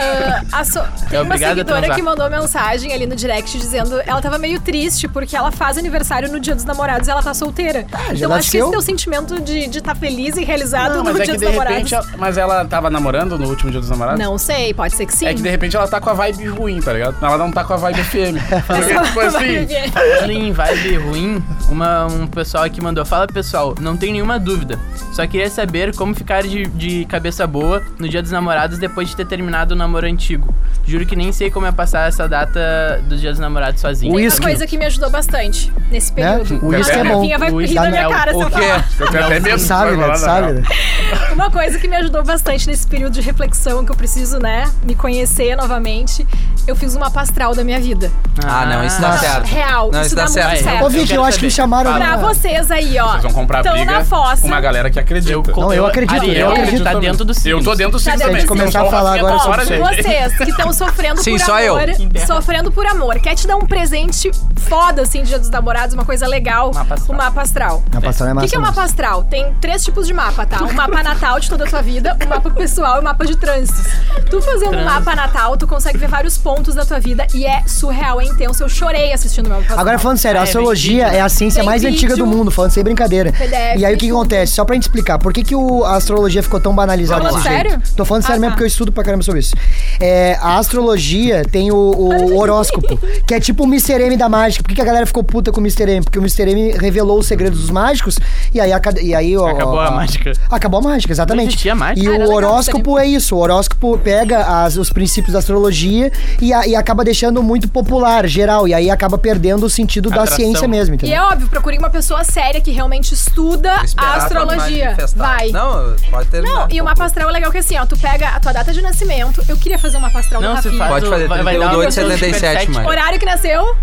S4: Ah, a so- Tem uma
S6: obrigado a
S4: seguidora
S6: transar.
S4: que mandou mensagem ali no direct dizendo ela tava meio triste porque ela faz aniversário no dia dos namorados e ela tá solteira.
S3: já
S4: então acho que
S3: nasceu.
S4: esse teu sentimento de estar feliz e realizado
S5: Ah, Não,
S4: no
S5: mas
S4: dia
S5: é que
S4: dos
S5: de
S4: namorados.
S5: repente. ela- Mas ela tava namorando no último dia dos namorados?
S4: Não sei, pode ser que sim.
S5: É que de repente ela tá com a vibe ruim, tá ligado? Ela não tá com a vibe
S4: (laughs)
S5: FM.
S4: tá
S5: Porque, tipo assim,
S6: Falando em vibe ruim, uma- um pessoal aqui mandou: Fala pessoal, não tem nenhuma dúvida. Só queria saber como ficar de, de cabeça boa no dia dos namorados depois de ter terminado o namoro antigo. Juro que nem sei como é passar essa data do dia dos namorados sozinho.
S3: Ui,
S4: Tem
S3: Whisky.
S4: Uma coisa que me ajudou bastante nesse período.
S3: O uísque é
S4: A
S3: bom.
S4: Rafinha vai
S6: O
S4: rir
S6: uísque
S4: da
S6: dá
S4: minha
S6: mel.
S4: cara se
S2: O
S4: eu falar. (laughs)
S2: quê?
S5: eu tenho até medo
S3: Tu
S5: de
S3: sabe, né?
S5: falar
S3: Tu
S5: na real.
S3: sabe, né?
S4: Uma coisa que me ajudou bastante nesse período de reflexão, que eu preciso, né, me conhecer novamente, eu fiz uma pastral da minha vida.
S2: Ah, não, isso dá
S4: Não,
S2: certo.
S4: real,
S2: Não,
S4: isso
S2: isso dá
S4: dá muito
S2: certo.
S4: certo.
S3: Ô,
S6: Eu
S3: Vicky, eu
S6: quero
S3: acho que me
S6: saber.
S3: chamaram.
S4: É. Pra
S3: né?
S4: vocês aí, ó.
S5: Vocês vão comprar
S4: Tão
S5: briga
S4: Então, na fossa.
S5: com uma galera que acredita.
S6: Eu,
S3: Não, eu acredito,
S6: Ariel,
S3: eu acredito
S6: Tá
S5: também.
S6: dentro do
S5: Eu tô dentro do
S4: Tá
S5: Sims também.
S4: dentro do
S5: vocês
S3: Sims.
S5: não
S3: Começar a falar
S5: são
S3: agora
S5: rafinha
S4: Ó,
S5: da
S3: sobre
S5: hora, gente.
S4: vocês que estão sofrendo
S2: Sim,
S4: por
S2: só eu.
S4: amor, sofrendo por amor, quer te dar um presente foda assim, Dia dos Namorados, uma coisa legal,
S6: Mapa astral.
S4: o mapa astral.
S3: Na passada é
S4: O
S3: massa.
S4: que, que é o mapa astral? Tem três tipos de mapa, tá? Um mapa natal de toda a tua vida, um mapa pessoal e um mapa de trânsitos. Tu fazer um mapa natal, tu consegue ver vários pontos da tua vida e é surreal, é intenso. Eu chorei assistindo o meu mapa
S3: Agora,
S4: astral.
S3: falando sério,
S6: Ah,
S3: a
S6: é
S3: astrologia
S6: vídeo,
S3: é a ciência
S4: Tem
S3: mais
S4: vídeo.
S3: antiga do mundo, falando sem brincadeira.
S4: PDF,
S3: E aí o que que
S4: tudo.
S3: acontece? Só pra gente explicar, por que, que o- a astrologia ficou tão banalizada
S4: Fala
S3: desse
S4: sério?
S3: jeito? Tô falando
S4: Ah,
S3: sério mesmo
S4: tá.
S3: porque eu estudo pra caramba sobre isso. É, a astrologia tem o, o horóscopo, que é tipo o Mr. M da mágica. Por que, que a galera ficou puta com o Mr. M? Porque o Mr. M revelou os segredos dos mágicos e aí, a cade- e aí ó,
S6: Acabou
S3: ó,
S6: a mágica.
S3: Acabou a mágica, exatamente.
S6: Não existia mágica.
S3: E
S4: Ah, era
S3: o
S4: legal
S3: horóscopo
S4: isso
S3: é isso. O horóscopo pega as- os princípios da astrologia e, a- e acaba deixando muito popular, geral. E aí acaba perdendo o sentido da
S6: Atração.
S3: ciência mesmo,
S4: E
S3: entendeu?
S4: é óbvio, procurei uma pessoa séria que realmente estuda a
S2: Esperar pra
S4: astrologia.
S2: manifestar.
S4: Vai.
S2: Não, pode ter.
S4: Não, e o mapa astral é legal que assim, ó, tu pega a tua data de nascimento. Eu queria fazer um mapa astral
S6: Não,
S4: da
S6: se
S4: Rafinha.
S6: faz.
S2: Pode
S6: do-
S2: fazer
S6: vai- vai dar
S2: 32
S6: uma-
S2: de 77, mano.
S4: Horário que nasceu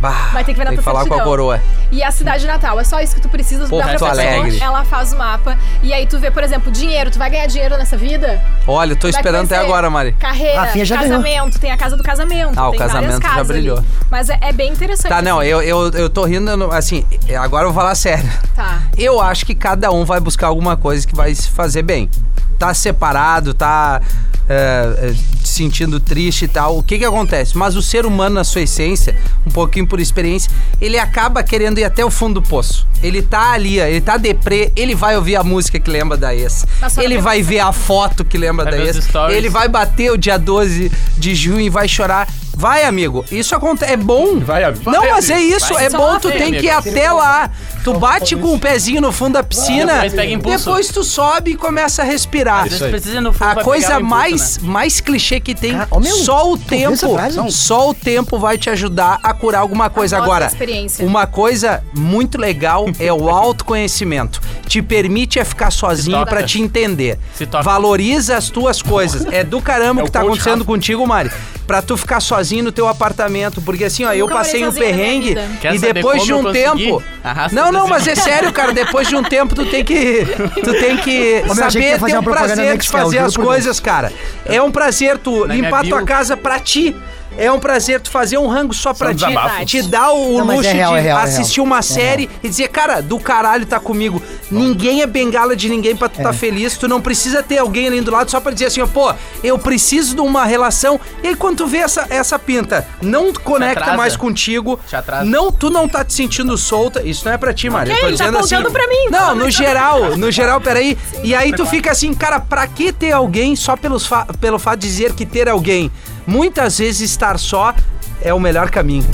S2: Bah,
S4: Vai ter que ver na
S2: tem
S4: tua
S2: falar com a
S4: certidão.
S2: coroa.
S4: e a cidade de Natal. É só isso que tu precisa
S2: Porto
S4: dá pra pessoa,
S2: Alegre.
S4: Ela faz o mapa. E aí tu vê, por exemplo, dinheiro. Tu vai ganhar dinheiro nessa vida?
S2: Olha, eu tô
S4: Vai
S2: esperando até
S4: conhecer
S2: agora, Mari.
S4: Carreira,
S3: Rafinha já ganhou.
S4: casamento. Tem a casa do casamento.
S2: Ah, o
S4: tem várias
S2: casamento já
S4: casas
S2: brilhou.
S4: ali. Mas é, é bem interessante.
S2: Tá, não,
S4: assim.
S2: eu, eu, eu tô rindo, eu não- assim, agora eu vou falar sério.
S4: Tá.
S2: Eu acho que cada um vai buscar alguma coisa que vai se fazer bem. Tá separado, tá é, é, se sentindo triste e tal. O que que acontece? Mas o ser humano, na sua essência, um pouquinho por experiência, ele acaba querendo ir até o fundo do poço. Ele tá ali, ó, ele tá deprê, ele vai ouvir a música que lembra da ex.
S4: Mas só
S2: Ele
S4: não-
S2: vai ver a foto que lembra
S6: Vai
S2: da
S6: ver os
S2: ex.
S6: stories.
S2: Ele vai bater o dia 12 de junho e vai chorar. Vai, amigo. Isso acontece. É bom.
S5: Vai, amigo.
S2: Não, mas é isso.
S6: Vai.
S2: É bom. Tu
S6: Sofre,
S2: tem que ir
S6: amigo.
S2: até lá. Tu bate com o pezinho no fundo da piscina.
S6: Depois pega impulso.
S2: Depois tu sobe e começa a respirar.
S6: Às vezes precisa ir no fundo
S2: A
S6: pra
S2: coisa
S6: pegar o impulso,
S2: mais,
S6: né?
S2: mais clichê que tem,
S3: Cara, ó, meu,
S2: só o
S3: ouviu essa
S2: tempo,
S3: frase?
S2: só o tempo vai te ajudar a curar alguma coisa
S4: nossa
S2: agora.
S4: experiência.
S2: Uma coisa muito legal é
S6: (laughs)
S2: o autoconhecimento. Te permite é ficar sozinho
S6: toca.
S2: pra te entender.
S6: Se toca.
S2: Valoriza as tuas
S6: (laughs)
S2: coisas. É do caramba o
S5: É o
S2: que tá
S5: coach
S2: acontecendo
S5: Rafa.
S2: contigo, Mari. Pra tu ficar sozinho no teu apartamento, porque assim, ó, eu,
S4: nunca morei
S2: passei um
S4: sozinha na minha
S2: perrengue
S4: vida.
S6: Quer
S2: e
S6: saber
S2: depois
S6: como
S2: de
S6: eu
S2: um
S6: consegui?
S2: tempo.
S6: Arrasta
S2: Não,
S6: o
S2: não,
S6: desenho.
S2: mas é sério, cara, depois de um tempo tu tem
S6: (laughs)
S2: que tu tem que
S3: Ô, meu, achei que ia
S2: saber ter
S3: fazer uma
S2: um
S3: propaganda
S2: prazer de
S3: Nextel,
S2: fazer
S3: juro
S2: as
S3: por Deus.
S2: coisas, cara. É um prazer tu
S6: Na minha
S2: limpar
S6: bio-
S2: tua casa pra ti. É um prazer tu fazer um rango só pra ti,
S5: desabafos.
S2: te dar o
S3: Não, mas
S2: luxo
S3: é real,
S2: de
S3: é real, é
S2: assistir uma série e dizer, cara, do caralho tá comigo. Ninguém é bengala de ninguém pra tu tá feliz. Tu não precisa ter alguém ali do lado só pra dizer assim, ó, pô, eu preciso de uma relação. E aí quando tu vê essa, essa pinta, não conecta
S6: atrasa.
S2: mais contigo.
S6: Te atrasa.
S2: Não, tu não tá te sentindo solta. Isso não é pra ti, Mari. Eu tô
S4: ele tá
S2: dizendo assim.
S4: apontando pra mim, tá
S2: Não, no
S4: apontando.
S2: geral, no geral, peraí. E aí tu fica assim, cara, pra que ter alguém só pelos fa- pelo fato de dizer que ter alguém? Muitas vezes estar só é o melhor caminho.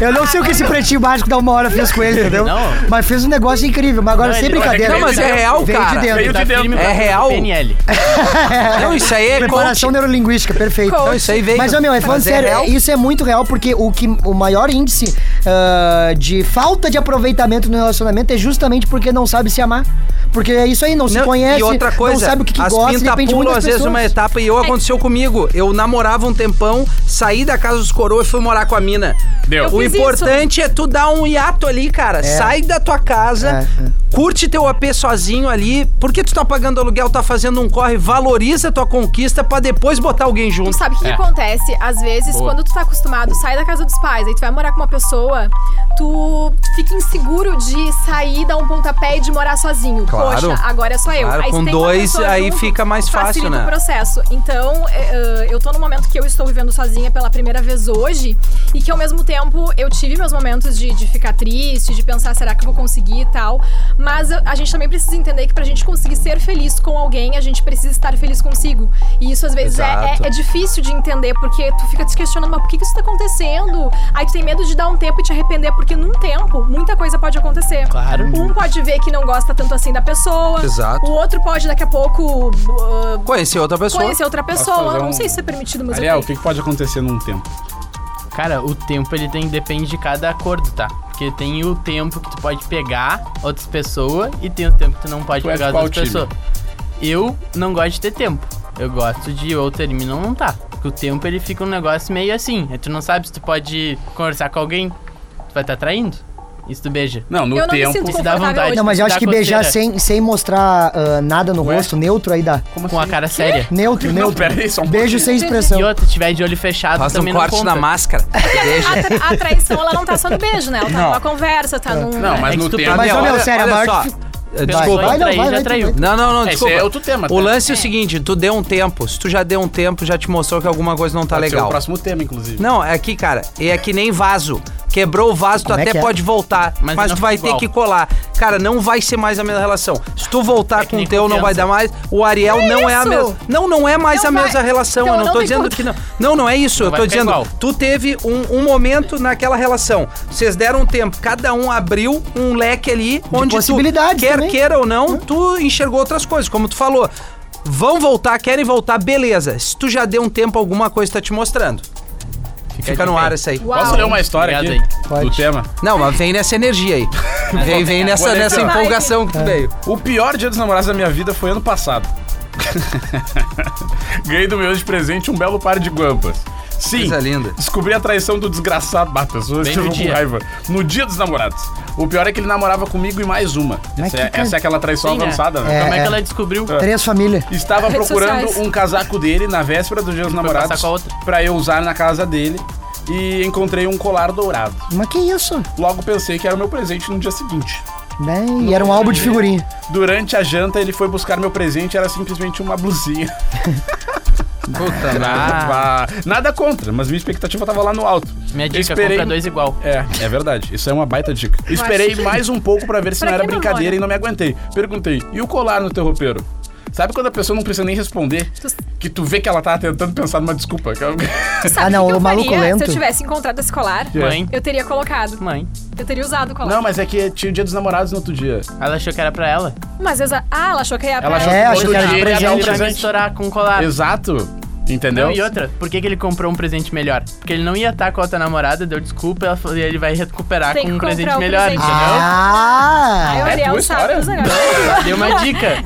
S3: Meu, eu não sei o que esse pretinho básico da uma hora fez com ele, entendeu?
S6: Não.
S3: Mas fez um negócio incrível, mas agora
S6: Não,
S3: sem
S6: ele-
S3: brincadeira.
S2: Não, mas é
S3: Veio de
S2: real,
S3: dentro.
S2: cara.
S3: Veio de
S5: Veio
S3: dentro.
S5: de dentro.
S2: É real?
S6: PNL.
S2: Não, isso aí é coach.
S3: Preparação neurolinguística, perfeito. Então,
S2: Não, isso aí veio.
S3: Mas, ô, meu, é falando
S2: Mas
S3: sério,
S2: real.
S3: isso é muito real, porque o, que, o maior índice ah, de falta de aproveitamento no relacionamento é justamente porque não sabe se amar. Porque é isso aí, não se
S2: Não,
S3: conhece,
S2: e outra coisa,
S3: não sabe o que, que
S2: as
S3: gosta,
S2: pinta
S3: depende muito
S2: pulam
S3: das
S2: às vezes
S3: pessoas.
S2: uma etapa e
S4: É.
S2: eu aconteceu comigo. Eu namorava um tempão, saí da casa dos coroas e fui morar com a mina.
S5: Deu. Eu
S2: O
S4: fiz
S2: importante é tu dar um hiato ali, cara. Sai da tua casa,
S3: É,
S2: curte teu AP sozinho ali. Porque tu tá pagando aluguel, tá fazendo um corre, valoriza tua conquista pra depois botar alguém
S4: Tu
S2: junto.
S4: sabe o que, que
S5: É.
S4: acontece? Às vezes,
S5: Boa.
S4: quando tu tá acostumado, sai da casa dos pais, aí tu vai morar com uma pessoa, tu fica inseguro de sair, dar um pontapé e de morar sozinho.
S2: Claro.
S4: Poxa, agora é só eu.
S2: Claro,
S4: aí se
S2: com
S4: tem uma
S2: dois,
S4: pessoa
S2: aí fica mais fácil,
S4: facilita
S2: né?
S4: o processo. Então, eh, eh, eu tô no momento que eu estou vivendo sozinha pela primeira vez hoje e que ao mesmo tempo eu tive meus momentos de, de ficar triste, de pensar será que eu vou conseguir e tal. Mas a a gente também precisa entender que pra gente conseguir ser feliz com alguém, a gente precisa estar feliz consigo. E isso às vezes é- é,
S2: Exato.
S4: é difícil de entender, porque tu fica te questionando, mas por que, que isso tá acontecendo? Aí tu tem medo de dar um tempo e te arrepender, porque num tempo muita coisa pode acontecer.
S6: Claro.
S4: Um pode ver que não gosta tanto assim da pessoa.
S2: Exato.
S4: O outro pode daqui a pouco uh,
S2: Conhecer outra pessoa.
S4: conhecer outra pessoa.
S5: fazer
S4: Não
S5: um-
S4: sei se isso é permitido, mas
S5: Ariel,
S4: eu
S5: o que que pode acontecer num tempo?
S6: Cara, o tempo ele tem depende de cada acordo, tá? Porque tem o tempo que tu pode pegar outras pessoas e tem o tempo que tu não pode
S5: Tu é de
S6: pegar
S5: qual
S6: outras
S5: time?
S6: pessoas. Eu não gosto de ter tempo. Eu gosto de ou termina ou não tá. Porque o tempo ele fica um negócio meio assim. Aí Tu não sabe se tu pode conversar com alguém. Tu vai estar traindo. Isso tu beija.
S5: Não, no
S4: Eu não me
S5: tempo.
S4: sinto
S6: Se dá
S4: confortável
S6: vontade.
S4: hoje.
S3: Não, mas eu
S6: se
S3: acho que
S6: dá
S3: beijar
S6: coceira.
S3: sem, sem mostrar ah, nada no
S5: Ué?
S3: rosto, neutro, aí dá.
S5: Como
S6: Com a
S5: assim?
S6: cara séria.
S3: Neutro,
S5: Não,
S3: neutro.
S5: peraí, só um
S3: Beijo sem expressão.
S6: E outra, tiver de olho fechado,
S2: Faz um
S6: também não
S2: corte
S6: conta.
S2: na máscara. Deixa.
S4: A, tra- a traição, ela não tá só no beijo, né? Ela tá numa conversa, tá num.
S5: Não, mas
S6: É
S5: no
S6: que tu
S5: tempo.
S3: Mas, ô,
S2: Olha-
S3: meu, sério, a
S2: olha
S3: maior
S2: só.
S3: dif-
S2: Desculpa.
S3: Vai, não,
S6: trair,
S3: vai,
S6: já
S3: vai,
S6: traiu.
S3: tu
S2: Não, não, não,
S5: Esse
S2: desculpa.
S5: é outro tema,
S2: O
S5: tá?
S2: lance é. o seguinte, tu deu um tempo. Se tu já deu um tempo, já te mostrou que alguma coisa não tá
S5: Pode ser
S2: legal.
S5: o próximo tema, inclusive.
S2: Não, é aqui, cara, é que nem vaso. Quebrou o vaso,
S3: Como
S2: tu
S3: é
S2: até
S3: que é?
S2: pode voltar, mas,
S6: Mas não
S2: tu vai
S6: fica igual.
S2: ter que colar. Cara, não vai ser mais a mesma relação. Se tu voltar
S6: É que
S2: com o
S6: nem
S2: teu, não vai
S6: confiança.
S2: dar mais. O Ariel não é a
S4: isso?
S2: mesma. Não, não é mais
S4: Não
S2: a
S4: vai.
S2: mesma relação.
S4: Então
S2: eu não
S4: não
S2: tô
S4: me
S2: dizendo
S4: conta.
S2: que não. Não, não é isso. eu
S6: vai
S2: tô
S6: ficar
S2: dizendo,
S6: igual.
S2: tu teve um, um momento naquela relação. Vocês deram um tempo, cada um abriu um leque ali onde
S3: possibilidades
S2: tu quer,
S3: também.
S2: queira ou não, tu enxergou outras coisas, como tu falou. Vão voltar, querem voltar, beleza. Se tu já deu um tempo, alguma coisa tá te mostrando. Fica,
S6: de
S2: no
S6: pé.
S2: ar isso aí.
S4: Uau.
S5: Posso ler uma história aqui?
S6: Obrigado
S3: Pode.
S5: Do tema?
S2: Não, mas vem nessa energia aí. Vem, vem nessa,
S5: Vou ler
S2: nessa
S5: aqui, ó.
S2: empolgação que tu veio.
S5: O pior dia dos namorados da minha vida foi ano passado. (laughs) Ganhei do meu de presente um belo par de guampas. Sim,
S2: Coisa linda.
S5: descobri a traição do desgraçado. Bah, pessoas
S6: Bem
S5: ficam
S6: no
S5: com
S6: dia.
S5: raiva. No dia dos namorados. O pior é que ele namorava comigo e mais uma.
S3: Mas
S5: Essa é,
S3: que cara-
S5: essa é aquela traição
S6: Sim, né?
S5: avançada, né?
S6: Como é
S3: É.
S6: que ela descobriu?
S3: Três famílias.
S5: Estava
S4: Redes
S5: procurando
S4: sociais.
S5: um casaco dele na véspera do dia dos
S6: passar
S5: namorados
S6: com a outra.
S5: pra eu usar na casa dele e encontrei um colar dourado.
S3: Mas que isso?
S5: Logo pensei que era o meu presente no dia seguinte.
S3: Bem, e era um álbum de figurinha.
S5: Durante a janta, ele foi buscar meu presente, era simplesmente uma
S6: (laughs)
S5: blusinha.
S6: Puta,
S5: Ah, Nada contra, mas minha expectativa tava lá no alto.
S6: Minha dica,
S5: Esperei-
S6: compra dois igual.
S5: É, é verdade. Isso é uma baita dica. Esperei mais um pouco pra ver se
S4: Pra
S5: não era
S4: que
S5: brincadeira
S4: namora?
S5: e não me aguentei. Perguntei, e o colar no teu roupeiro? Sabe quando a pessoa não precisa nem responder?
S4: Tu-
S5: Que tu vê que ela tá tentando pensar numa desculpa.
S6: (laughs)
S5: que ela-
S4: Tu sabe
S3: Ah, não,
S4: o que eu
S3: o maluco
S4: faria
S3: lento.
S4: Se eu tivesse encontrado esse colar,
S6: Mãe.
S4: eu teria colocado.
S6: Mãe.
S4: Eu teria usado o colar.
S5: Não, mas é que tinha o dia dos namorados no outro dia.
S6: Ela achou que era pra ela.
S4: Mas exa... Ah, ela achou que ia pra
S5: Ela achou
S3: É,
S5: que
S3: achou
S5: todo
S3: que era
S5: dia
S3: de
S5: ele ia dar um
S6: Ele vai me
S5: presente.
S6: estourar com colar.
S5: Exato. Entendeu?
S6: Ah. Não, e outra, por que, que ele comprou um presente melhor? Porque ele não ia estar com a outra namorada, deu desculpa ela falou- e ele vai recuperar
S4: Tem
S6: com um
S4: que comprar
S6: presente
S4: um
S6: melhor,
S4: presente.
S6: entendeu?
S4: Aí o
S3: Ah!
S4: Ariel
S5: É tua
S4: sabe um dos
S5: história?
S4: negócios.
S6: Deu uma dica.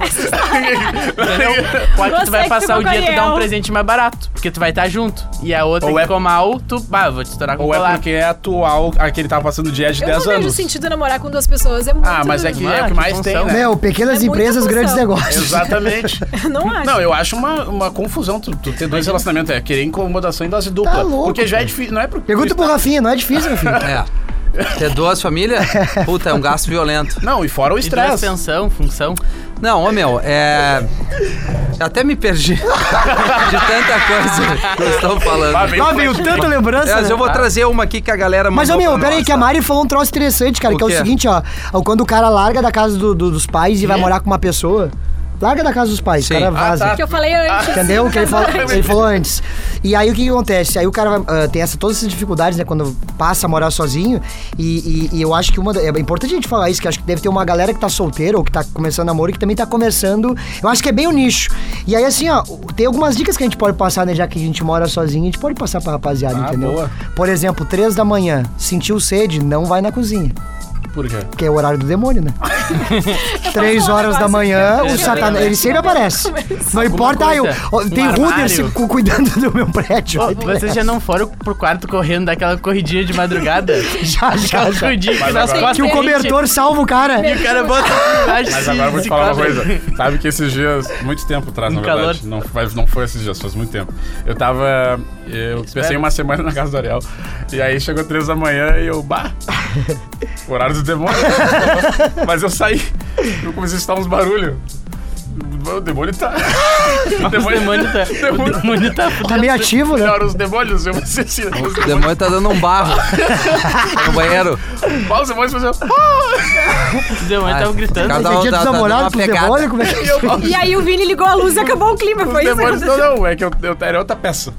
S6: entendeu?
S5: (laughs)
S6: Pode que
S4: Você
S6: tu vai
S4: que
S6: passar
S4: ficou
S6: o dia
S4: com
S6: tu dá
S4: Ariel.
S6: um presente mais barato, porque tu vai estar junto. E a outra
S5: Ou
S6: que
S5: é-
S6: ficou mal, tu, bah, vou te estourar com
S5: Ou é
S6: colar.
S5: porque é atual, aquele tava passando dia de
S4: Eu
S5: 10
S4: não vejo
S5: anos.
S4: sentido namorar com duas pessoas. É muito
S5: Ah, mas é que é o que
S6: que
S5: mais tem,
S6: função.
S5: né?
S3: (laughs) Meu, pequenas
S4: É muita
S3: empresas,
S4: função.
S3: grandes negócios.
S5: Exatamente.
S4: (laughs) Não acho.
S5: Não, eu acho uma, uma confusão tu, tu ter dois relacionamentos. É querer incomodação em dose dupla.
S3: louco,
S5: porque já é difícil. Não é porque.
S3: Pergunta pro Rafinha, não é difícil,
S2: (laughs)
S3: meu filho.
S2: É. Ter duas famílias? Puta, é um gasto violento.
S5: Não, e fora o
S6: E duas
S5: estresse.
S6: pensão, função.
S2: Não, ô meu, é. Até me perdi de tanta coisa que vocês estão
S5: Ah,
S2: falando.
S5: vem-
S3: Ah, veio tanta lembrança.
S2: Mas É, eu
S3: né?
S2: vou trazer uma aqui que a galera
S3: Mas, ô
S2: mandou
S3: meu,
S2: pra
S3: pera aí,
S2: nós,
S3: que a
S2: tá?
S3: Mari falou um troço interessante, cara,
S2: O
S3: que é o
S2: quê?
S3: seguinte, ó. ó, Quando o cara larga da casa do- do- dos pais e vai morar com uma pessoa, larga da casa dos pais,
S2: Sim.
S3: o cara
S2: Ah,
S3: vaza.
S4: É Que eu falei antes. assim,
S3: Entendeu? O que ele falou, ele falou antes. E aí o que, que acontece? Aí o cara vai, ah, tem essa, todas essas dificuldades, né? Quando passa a morar sozinho. E, e- e eu acho que uma. da- É importante a gente falar isso, que eu acho que deve ter uma galera que tá solteira ou que tá começando namoro e que também tá começando. Eu acho que é bem o nicho. E aí, assim, ó, tem algumas dicas que a gente pode passar, né? Já que a gente mora sozinho, a gente pode passar pra rapaziada,
S5: Ah,
S3: entendeu?
S5: boa.
S3: Por exemplo, três da manhã, sentiu sede, não vai na cozinha.
S5: Por quê?
S3: Porque é o horário do demônio, né? Três horas da manhã, o satanás. Ele sempre aparece. Não importa, ah, eu,
S6: coisa.
S3: ó, tem
S6: Um
S3: Ruder
S6: armário.
S3: se cu- cuidando do meu prédio.
S6: Ô, vocês já não foram pro quarto correndo daquela corridinha de madrugada?
S3: Já, já, já.
S6: Corridinha que
S5: Mas
S6: nas
S5: agora-
S6: costas
S3: Que o
S6: da gente-
S3: cobertor salva o cara.
S6: E o cara bota embaixo.
S5: Mas agora eu vou te falar uma coisa. Sabe que esses dias, muito tempo atrás,
S6: Um
S5: na verdade. Não, mas não foi esses dias, faz muito tempo. Eu tava. Eu pensei uma semana na casa do Ariel. E aí chegou três da manhã e eu.
S6: (laughs)
S5: Bah! Horário do demônio. mas eu saí. Eu comecei a escutar uns barulhos. O demônio tá.
S6: (laughs)
S5: O
S6: O demônio tá. O demônio tá.
S3: Tá meio ativo, né?
S5: Melhor os demônios, eu pensei assim. Os
S2: O demônio tá dando um
S6: (laughs)
S2: barro no banheiro.
S5: demônios, os demônios faziam.
S6: O demônio
S5: Ah,
S6: tava gritando.
S2: Cada
S3: Esse é
S2: um
S3: dia
S2: dá-
S3: dos
S2: dá- dá
S3: namorados
S2: uma
S3: pros
S2: pegada.
S3: demônios, como é que é?
S5: Eu-
S4: E aí o Vini ligou a luz e acabou o clima.
S5: Os
S4: Foi isso que
S5: demônios
S4: aconteceu.
S5: não, não, é que eu, eu, eu tá peça.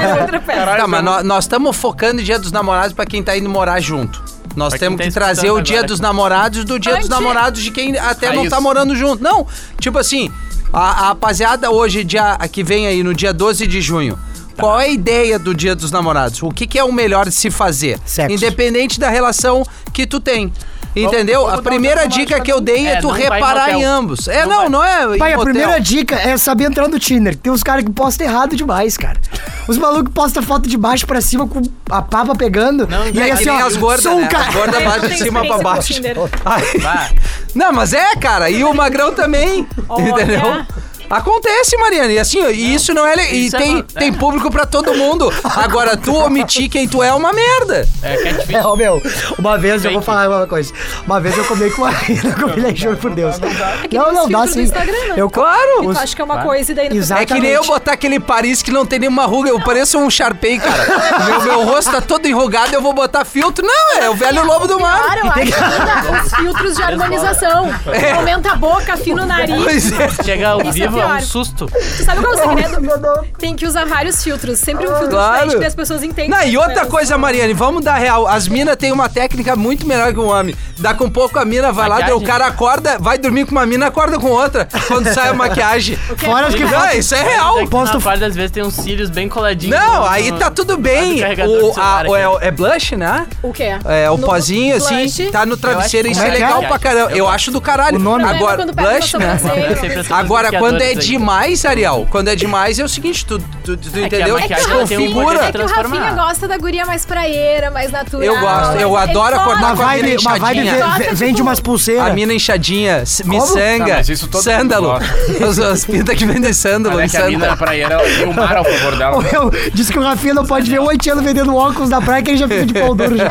S4: Era outra peça.
S5: Caralho,
S2: Tá, mas
S5: demônio.
S2: nó- nós estamos focando em Dia dos Namorados pra quem tá indo morar junto. Nós
S6: Pra quem
S2: temos
S6: tá
S2: que trazer o
S6: escutando
S2: Dia
S6: agora.
S2: dos Namorados do Dia dos
S4: Antes.
S2: Namorados de quem até
S5: Ah,
S2: não tá
S5: isso.
S2: morando junto. Não, tipo assim, a, a rapaziada hoje, dia, a que vem aí no dia 12 de junho. Qual é a ideia do Dia dos Namorados? O que, que é o melhor de se fazer?
S3: Sexo.
S2: Independente da relação que tu tem. Entendeu? a
S5: vamos dar um
S2: primeira
S5: tempo mais
S2: dica
S5: pra
S2: que eu dei é,
S6: É,
S2: tu
S6: não vai em
S2: reparar
S6: hotel.
S2: em ambos. É, não, não, é. em
S3: Pai, a
S2: hotel.
S3: primeira dica é saber entrar no Tinder. Tem uns caras que postam errado demais, cara. Os malucos postam foto de baixo pra cima com a papa pegando. e aí
S2: é que
S3: assim,
S2: nem
S3: ó,
S2: as gordas,
S3: sou
S2: né?
S3: um cara.
S2: As gordas
S4: Eu
S2: baixam
S4: não
S2: de
S4: tenho
S2: cima pra
S4: experiência com
S2: baixo. (laughs)
S4: Tinder.
S2: Aí-
S6: Bah.
S2: Não, mas é, cara, e o magrão também,
S4: (laughs) Olha.
S2: entendeu? Acontece, Mariana, e assim, e isso não é... le- E
S6: isso é
S2: tem,
S6: uma-
S2: tem público pra todo mundo. Agora, tu omitir quem tu é é uma merda.
S6: É, catfish.
S3: É, ô meu, uma vez eu vou
S6: Fake.
S3: falar uma coisa. Uma vez eu comi com a Marina, com a juro por Deus.
S4: nem
S3: Não, não,
S4: os
S3: dá
S4: filtros do
S3: sim.
S4: Instagram, né?
S3: Eu,
S2: Claro.
S4: Tu acha que é uma coisa e daí não
S3: Ah. Exato.
S2: É que nem eu
S3: Exatamente.
S2: botar aquele Paris que não tem nenhuma ruga. Eu pareço um Sharpei,
S3: (laughs)
S2: cara. meu, meu rosto tá todo enrugado, eu vou botar filtro. Não, é o velho lobo do mar.
S4: Claro, eu acho que ainda os filtros de harmonização. Aumenta a boca, afina o nariz.
S2: Pois é.
S6: Chega ao
S4: Isso é
S6: vivo, é
S4: pior.
S6: um susto.
S4: Tu sabe qual é o segredo? Tem que usar vários filtros. Sempre um filtro
S2: Claro.
S4: diferente que as pessoas entendem. Tipo, é,
S2: Não, e outra
S4: Elas-
S2: coisa, Mariane, vamos dar real. As minas têm uma técnica muito melhor que o homem. Dá com pouco a mina, vai lá,
S6: Maquiagem?
S2: o cara acorda, vai dormir com uma mina, acorda com outra. Quando sai a maquiagem.
S3: fora os que
S2: Não, isso é real.
S6: É que
S3: Posto-
S6: na parte das vezes tem uns cílios bem coladinhos.
S2: Não,
S6: no-
S2: aí
S6: no-
S2: tá tudo
S6: do
S2: bem.
S6: carregador
S2: O,
S6: do celular
S2: a- o- é,
S6: aqui.
S2: o- é blush, né?
S4: O quê?
S2: É, o
S4: No
S2: pozinho, assim,
S4: blush,
S2: tá no travesseiro,
S6: que-
S2: isso
S3: como
S2: é
S3: é que é?
S2: legal pra caramba. Eu acho do caralho.
S3: O nome?
S4: Problema
S2: Agora,
S4: é quando pega
S2: blush,
S4: na
S2: né?
S4: sobrancelha.
S6: Eu sei pra todos os
S2: Agora, quando é
S6: maquiadores aí.
S2: demais, Ariel, quando é demais é o seguinte, tu, tu, tu
S6: a
S2: entendeu?
S4: É que,
S6: maquiagem,
S4: o
S6: ela tem um poder
S4: Rafinha,
S2: Desconfigura.
S4: é que o
S6: transformar.
S4: Rafinha gosta da guria mais praeira, mais natural.
S2: Eu gosto, eu
S4: Ele
S2: adoro
S4: gosta.
S2: acordar
S3: uma
S2: com a mina
S3: vibe, uma vibe
S2: inchadinha.
S3: ve-
S4: Toca,
S3: ve-
S4: tipo,
S3: vende umas
S2: A
S3: pulseiras.
S2: mina inchadinha, s-
S5: Não,
S2: miçanga,
S5: Tá, mas isso todo
S2: sândalo.
S5: mundo
S2: (laughs) As, as pintas que vendem sândalo,
S5: Olha
S2: em
S5: que a mina
S2: sândalo.
S5: praieira, ela tem o mar ao favor dela.
S3: Ô, meu, diz que o Rafinha não pode ver oito anos vendendo óculos na praia que ele já fica de pau duro já.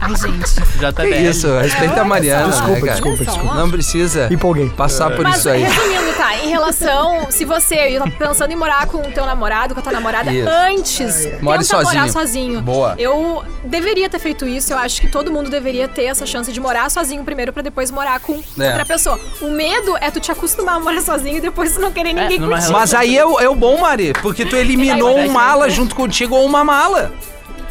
S4: Ai, gente.
S6: Já tá
S2: Que
S5: é
S6: bem.
S2: isso, respeita a Mariana.
S3: Desculpa,
S2: né, cara?
S3: desculpa,
S4: desculpa.
S2: Não precisa
S3: Empolguei. É.
S2: passar por
S4: Mas,
S2: isso aí.
S4: resumindo, tá? Em relação, se você tá pensando em morar com o teu namorado, com a tua namorada,
S2: Isso.
S4: antes,
S2: More
S4: tenta morar
S2: sozinho.
S4: sozinho.
S2: Boa.
S4: Eu deveria ter feito isso. Eu acho que todo mundo deveria ter essa chance de morar sozinho primeiro pra depois morar com
S2: É.
S4: outra pessoa. O medo é tu te acostumar a morar sozinho e depois tu não querer ninguém
S6: numa
S4: contigo.
S2: Mas aí é o, é o bom, Mari, porque tu eliminou
S4: Ai, mas
S2: um
S4: aí
S2: mala
S4: não.
S2: junto contigo ou uma mala.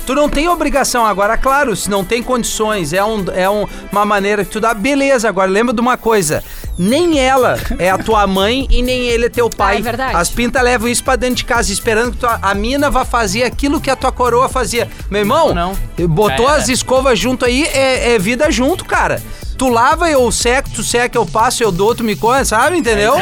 S2: Tu não tem obrigação agora, claro, se não tem condições, é, um, é um- uma maneira que tu dá, beleza. Agora, lembra de uma coisa: Nem ela é a tua mãe e nem ele é teu pai.
S4: Ah, é verdade.
S2: As pintas levam isso pra dentro de casa, esperando que tua- a mina vá fazer aquilo que a tua coroa fazia. Meu irmão,
S6: Não.
S2: botou
S6: Já era.
S2: as escovas junto aí, é, é vida junto, cara. Tu lava, eu seco, tu seca, eu passo, eu dou, tu me come, sabe? Entendeu?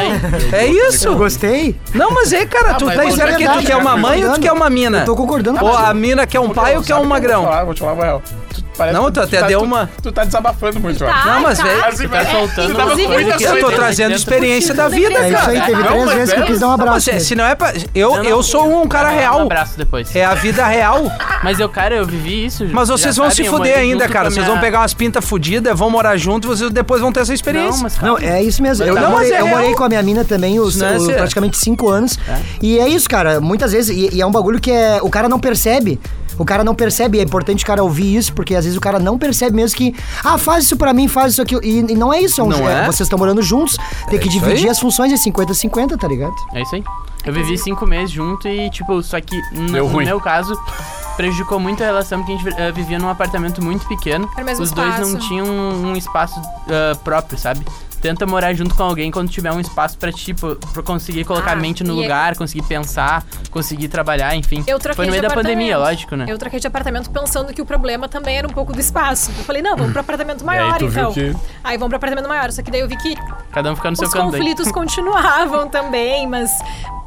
S2: É isso.
S3: Eu gostei.
S2: Não, mas aí, cara, tu
S6: mas
S2: tá
S6: é
S2: dizendo que tu
S3: verdade,
S2: quer
S3: cara,
S2: uma
S3: eu tô
S2: mãe ou tu
S3: concordando.
S2: quer uma mina?
S3: Eu tô concordando com
S2: Ou
S3: você.
S2: a mina quer um pai ou quer um
S5: Vou te
S2: magrão?
S5: falar, vou te falar, real. Tu- parece
S2: Não,
S5: que
S2: tu até
S5: tá-
S2: deu
S5: tu-
S2: uma-
S5: Tu tá desabafando muito, eu acho.
S4: Tá,
S2: Não, mas, é
S4: tá.
S2: velho,
S5: Assim,
S6: tá soltando
S5: tu tava
S6: uma
S5: com
S6: coisa
S5: muita
S6: que
S2: Eu tô
S5: coisa.
S2: trazendo experiência da vida,
S3: É isso aí,
S2: cara.
S3: teve
S5: Não,
S3: três
S5: mas
S3: vezes que eu
S5: é-
S3: quis dar um
S2: Não,
S3: abraço.
S2: você,
S3: nele.
S2: se não é pra. Eu,
S6: Não, não.
S2: eu sou um cara
S6: Vai dar Um
S2: real.
S6: abraço depois.
S2: É a vida real.
S6: Mas eu, cara, eu vivi isso.
S2: Mas
S6: já
S2: vocês vão
S6: sabem,
S2: se
S6: eu morei
S2: fuder ainda,
S6: junto com
S2: cara.
S6: a
S2: Vocês
S6: minha-
S2: vão pegar umas pintas fudidas, vão morar junto, vocês depois vão ter essa
S6: Não,
S2: experiência.
S6: mas cara,
S3: Não, é isso mesmo. Eu,
S2: Não,
S3: eu
S2: mas
S3: morei,
S2: é
S3: eu
S2: real.
S3: morei com a minha mina também, os,
S2: Isso não é
S3: os
S2: sério.
S3: praticamente cinco anos. E é isso, cara. Muitas vezes, e, e é um bagulho que é, o cara não percebe. O cara não percebe, é importante o cara ouvir isso, porque às vezes o cara não percebe mesmo que, ah, faz isso pra mim, faz isso aqui. E, e não é isso, é um,
S2: Não
S3: jo-
S2: é?
S3: vocês estão morando juntos, tem que
S2: isso
S3: dividir
S2: aí.
S3: as funções, é 50-50, tá ligado?
S6: É isso aí. Eu
S4: Uhum.
S6: vivi cinco meses junto e, tipo, só que no,
S5: Deu
S6: no
S5: ruim.
S6: meu caso, (laughs) prejudicou muito a relação porque a gente eh, vivia num apartamento muito pequeno.
S4: Era o mesmo
S6: Os dois não
S4: espaço.
S6: tinham um, um espaço ah, próprio, sabe? Tenta morar junto com alguém quando tiver um espaço pra, tipo, pra conseguir colocar
S4: Ah,
S6: a mente no
S4: e é-
S6: lugar, conseguir pensar, conseguir trabalhar, enfim.
S4: Eu troquei
S6: Foi no
S4: de
S6: meio da
S4: apartamento.
S6: pandemia, lógico, né?
S4: Eu troquei de apartamento pensando que o problema também era um pouco do espaço. Eu falei, não, vamos pro apartamento maior,
S5: tu viu
S4: então.
S5: que-
S4: Aí vamos pro apartamento maior. Só que daí eu vi que
S6: Cada um fica no seu
S4: os
S6: canto.
S2: (laughs)
S6: aí.
S4: conflitos continuavam também, mas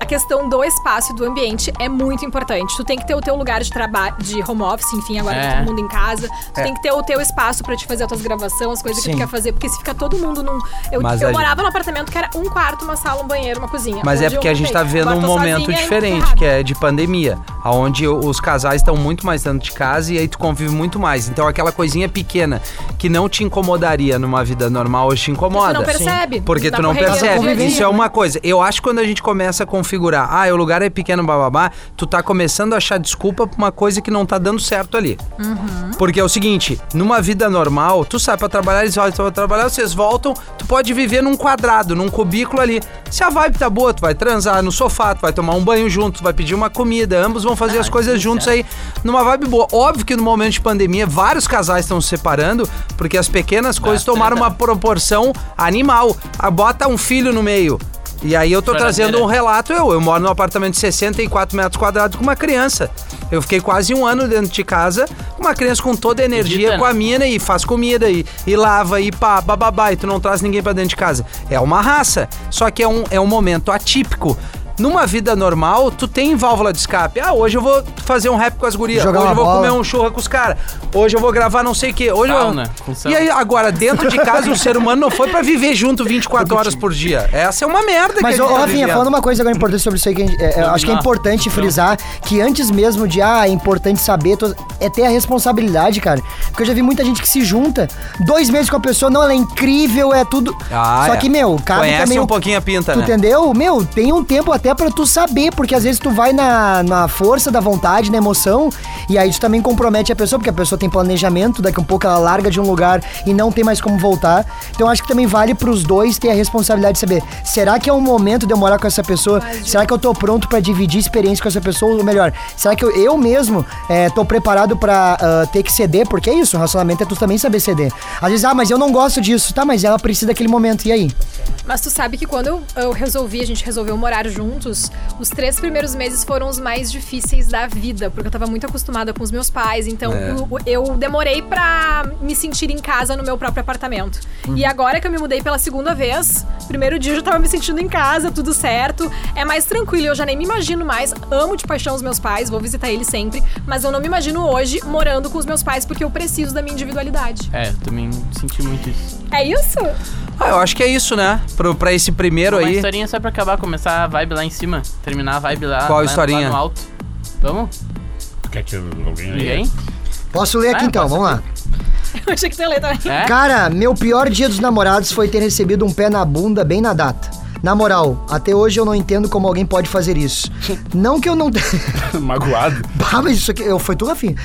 S4: a questão do espaço e do ambiente é muito importante. Tu tem que ter o teu lugar de trabalho, de home office, enfim, agora
S6: É.
S4: tá todo mundo em casa.
S2: É.
S4: Tu tem que ter o teu espaço pra te fazer as tuas gravações, as coisas que
S3: Sim.
S4: tu quer fazer, porque se fica todo mundo num. Eu,
S2: Mas
S4: eu
S2: a gente-
S4: morava num apartamento que era um quarto, uma sala, um banheiro, uma cozinha.
S2: Mas é
S4: Hoje eu
S2: porque a gente tá
S4: mudei.
S2: vivendo um
S4: Agora tô
S2: momento
S4: sozinha e
S2: diferente,
S4: ferrada.
S2: que é de pandemia, aonde os casais estão muito mais dentro de casa e aí tu convive muito mais. Então aquela coisinha pequena que não te incomodaria numa vida normal hoje te incomoda.
S4: Porque tu não percebe.
S2: Sim. Porque
S4: Na
S2: tu não
S4: correria do dia a né?
S2: percebe.
S4: dia.
S2: Isso é uma coisa. Eu acho que quando a gente começa a configurar, ah, o lugar é pequeno, bababá, tu tá começando a achar desculpa pra uma coisa que não tá dando certo ali.
S4: Uhum.
S2: Porque é o seguinte, numa vida normal, tu sai pra trabalhar, eles voltam pra trabalhar, vocês voltam, tu pode viver num quadrado, num cubículo ali. Se a vibe tá boa, tu vai transar no sofá, tu vai tomar um banho junto, tu vai pedir uma comida, ambos vão fazer as coisas juntos aí, numa vibe boa. Óbvio que no momento de pandemia, vários casais estão se separando, porque as pequenas coisas tomaram uma proporção animal. Ah, Bota um filho no meio. E aí eu tô
S6: Choradeira.
S2: trazendo um relato, eu, eu moro num apartamento de 64 metros quadrados com uma criança. Eu fiquei quase um ano dentro de casa, com uma criança com toda a energia,
S6: Edita,
S2: com a
S6: né?
S2: mina e faz comida e, e lava e pá, bababá, e tu não traz ninguém pra dentro de casa. É uma raça, só que é um, é um momento atípico. Numa vida normal, tu tem válvula de escape. Ah, hoje eu vou fazer um rap com as gurias,
S3: Jogar
S2: hoje
S3: uma
S2: eu vou
S3: bola.
S2: comer um churra com os caras, hoje eu vou gravar não sei o quê, hoje
S6: Sauna,
S2: eu...
S6: né? com sauna.
S2: E aí, agora, dentro de casa, o ser humano não foi pra viver junto 24 horas por dia. Essa é uma merda
S3: Mas,
S2: que a
S3: ô,
S2: gente tá
S3: Rafinha,
S2: vivendo.
S3: falando uma coisa agora importante sobre isso aí, que a gente- é, é, eu acho que é
S6: Não.
S3: importante frisar que antes mesmo de, ah, é importante saber, tô- é ter a responsabilidade, cara. Porque eu já vi muita gente que se junta, dois meses com a pessoa, não, ela é incrível, é tudo.
S2: Ah,
S3: Só
S2: é.
S3: que, meu, cabe
S2: Conhece
S3: também.
S2: um
S3: o-
S2: pouquinho a pinta,
S3: Tu
S2: né?
S3: entendeu? Meu, tem um tempo até pra tu saber, porque às vezes tu vai na, na força da vontade, na emoção, e aí tu também compromete a pessoa, porque a pessoa tem planejamento, daqui a pouco ela larga de um lugar e não tem mais como voltar. Então acho que também vale pros dois ter a responsabilidade de saber, será que é o momento de eu morar com essa pessoa? Será que eu tô pronto pra dividir experiência com essa pessoa? Ou melhor, será que eu, eu mesmo é, tô preparado pra ah, ter que ceder? Porque é isso, o relacionamento é tu também saber ceder. Às vezes, ah, mas eu não gosto disso. Tá, mas ela precisa daquele momento, e aí?
S4: Mas tu sabe que quando eu, eu resolvi, a gente resolveu morar juntos, os três primeiros meses foram os mais difíceis da vida, porque eu tava muito acostumada com os meus pais, então
S3: É.
S4: o- o- eu, demorei pra me sentir em casa no meu próprio apartamento. E
S3: Uhum.
S4: agora que eu me mudei pela segunda vez, primeiro dia eu já tava me sentindo em casa, tudo certo, é mais tranquilo, eu já nem me imagino mais, amo de paixão os meus pais, vou visitar eles sempre, mas eu não me imagino hoje morando com os meus pais, porque eu preciso da minha individualidade.
S6: É, eu também senti muito isso.
S4: É isso? (laughs)
S2: Ah, eu acho que é isso, né? Pro, pra esse primeiro
S6: Uma
S2: aí.
S6: historinha só pra acabar, começar a vibe lá em cima. Terminar a vibe lá,
S2: Qual
S6: lá-
S2: historinha?
S6: lá no alto. Vamos?
S5: Quer que alguém
S6: Ninguém?
S2: (laughs)
S3: Posso ler aqui
S6: Ah,
S3: então,
S6: posso.
S3: vamos lá.
S4: Eu achei que tu ia ler também.
S6: É?
S3: Cara, meu pior dia dos namorados foi ter recebido um pé na bunda bem na data. Na moral, até hoje eu não entendo como alguém pode fazer
S5: (laughs)
S3: isso. Não que eu não.
S5: Magoado.
S3: (laughs) Bah, mas isso aqui eu, foi tu, Rafinha.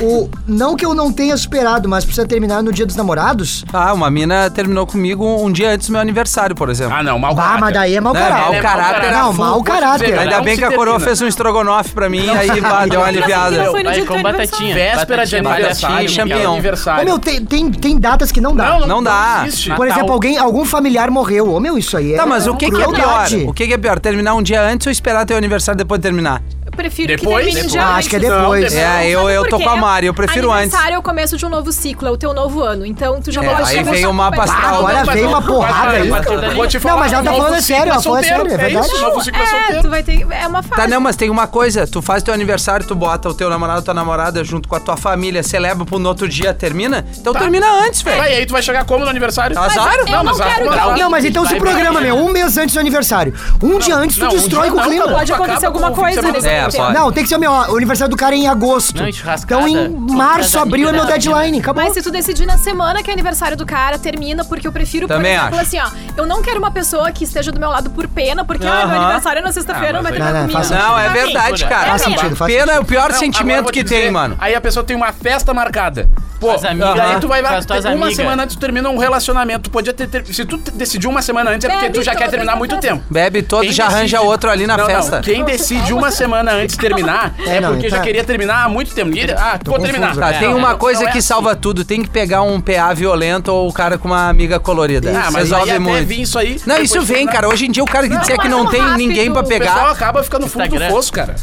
S3: O, não que eu não tenha superado, mas precisa terminar no dia dos namorados.
S2: Ah, uma mina terminou comigo um dia antes do meu aniversário, por exemplo.
S5: Ah, não, mal
S3: Bah, mas daí é mau
S2: Não, é
S3: caráter.
S2: mau caráter
S3: Não,
S2: full.
S3: mau
S2: Posso
S3: caráter.
S5: dizer,
S2: Ainda
S5: não
S2: bem
S5: se
S2: que a coroa
S5: termina.
S2: fez um estrogonofe pra mim, aí bah, deu uma aliviada.
S4: Foi no
S6: Vai
S4: dia do
S6: com
S4: teu
S6: batatinha.
S5: Véspera de
S6: Batatinha,
S5: aniversário,
S6: batatinha,
S2: champignon.
S5: aniversário.
S3: Ô, meu, tem, tem, tem datas que não dá.
S5: não, Tá não,
S2: Não dá.
S5: Não existe.
S3: Por exemplo, alguém, algum familiar morreu. Ô, meu, isso aí é.
S2: Tá, mas o que, que é pior?
S3: crueldade.
S2: O que, que é pior? Terminar um dia antes ou esperar teu aniversário depois de terminar?
S4: Eu prefiro
S5: Depois?
S4: que termine
S5: Depois.
S4: já
S3: Ah,
S4: antes.
S3: acho que é
S5: Não,
S3: depois.
S5: depois.
S2: É,
S4: Sabe
S2: eu,
S4: por
S2: eu tô
S4: quê?
S2: com a Mari, eu prefiro antes.
S4: Aniversário é o começo de um novo ciclo, é o teu novo ano. Então tu já
S2: É,
S4: vai
S2: aí
S4: chegar
S2: vem
S4: só
S2: o mapa
S4: com-
S2: astral.
S4: Bah,
S3: Agora
S5: Não, mas
S3: veio
S5: não,
S3: uma
S5: mas
S3: porrada
S5: não,
S3: aí.
S5: mas eu Vou te falar.
S3: mas ela tá
S5: novo
S3: falando
S5: ciclo
S3: sério, ela falou
S5: solteiro,
S3: sério, é verdade?
S5: isso, novo ciclo é
S4: É, tu
S5: solteiro.
S4: vai ter. É uma fase.
S2: Tá, não, mas tem uma coisa, tu faz teu aniversário, tu bota o teu namorado, tua namorada junto com a tua família, celebra pro no outro dia, termina? Então termina antes, velho.
S5: Tá, e aí tu vai chegar como no aniversário?
S2: Azar?
S4: eu não
S5: mas
S4: quero
S5: vai-
S4: que alguém-
S3: Não, mas então se
S6: Vai,
S3: programa,
S6: vai.
S3: meu. Um mês antes do aniversário. Um dia antes tu
S5: não, um
S3: destrói
S5: dia
S3: com o
S5: não,
S3: clima.
S5: tá bom.
S4: Pode
S5: Acaba
S4: acontecer
S5: com
S4: alguma
S5: o fim de
S4: coisa
S5: semana
S4: nesse
S5: do
S4: meio
S2: É,
S4: tempo.
S2: pode.
S3: Não, tem que ser o meu. ó, O aniversário do cara é em agosto.
S6: Não, e churrascada.
S3: então em
S6: Com as
S3: março, abril é meu
S6: amigas da vida.
S3: deadline. Acabou.
S4: Mas se tu decidir na semana que é aniversário do cara, termina, porque eu prefiro,
S2: Também
S4: por exemplo,
S2: acho.
S4: assim, ó. Eu não quero uma pessoa que esteja do meu lado por pena, porque, ah, meu
S2: Aham.
S4: aniversário é na sexta-feira,
S5: Ah, mas
S4: vai terminar
S3: aí- Não, não,
S4: comigo.
S3: faz
S2: Não, é
S4: Pra mim.
S2: verdade, cara.
S4: Faz sentido,
S3: faz
S2: Pena é o pior
S5: Não, agora eu
S2: sentimento
S5: vou
S2: que
S5: te dizer,
S2: tem, mano.
S5: Aí a pessoa tem uma festa marcada. Pô,
S6: as amigas,
S5: e aí tu vai
S6: com
S5: vai
S6: as tuas
S5: uma
S6: amigas.
S5: semana antes tu termina um relacionamento. Tu podia ter, ter- se tu te- decidiu uma semana antes é porque
S4: Bebe
S5: tu já quer
S4: todas
S5: terminar há
S4: na
S5: muito
S4: festa.
S5: tempo.
S2: Bebe todo e
S5: Quem
S2: já arranja
S5: decide-
S2: outro ali na
S5: Não, não,
S2: festa.
S5: Quem decide uma semana antes terminar é,
S3: É, não,
S5: porque
S3: tá.
S5: já queria terminar há muito tempo. E- Ah, vou terminar.
S2: Tá,
S5: É,
S2: tem
S5: não,
S2: uma
S5: não
S2: coisa
S5: é
S2: que
S5: assim.
S2: salva tudo, tem que pegar um PA violento ou o cara com uma amiga colorida.
S5: Ah, mas
S2: Resolve
S5: aí até
S2: muito.
S5: vir isso aí,
S2: não,
S5: depois
S2: isso
S5: de
S2: vem,
S5: terminar.
S2: cara. Hoje é em dia o cara que
S5: Não,
S2: disser que
S4: mas
S2: não
S4: não
S2: tem
S4: rápido.
S2: ninguém pra
S4: O
S5: O pessoal
S2: pegar.
S5: acaba ficando no fundo
S6: Instagram.
S5: do fosso, cara.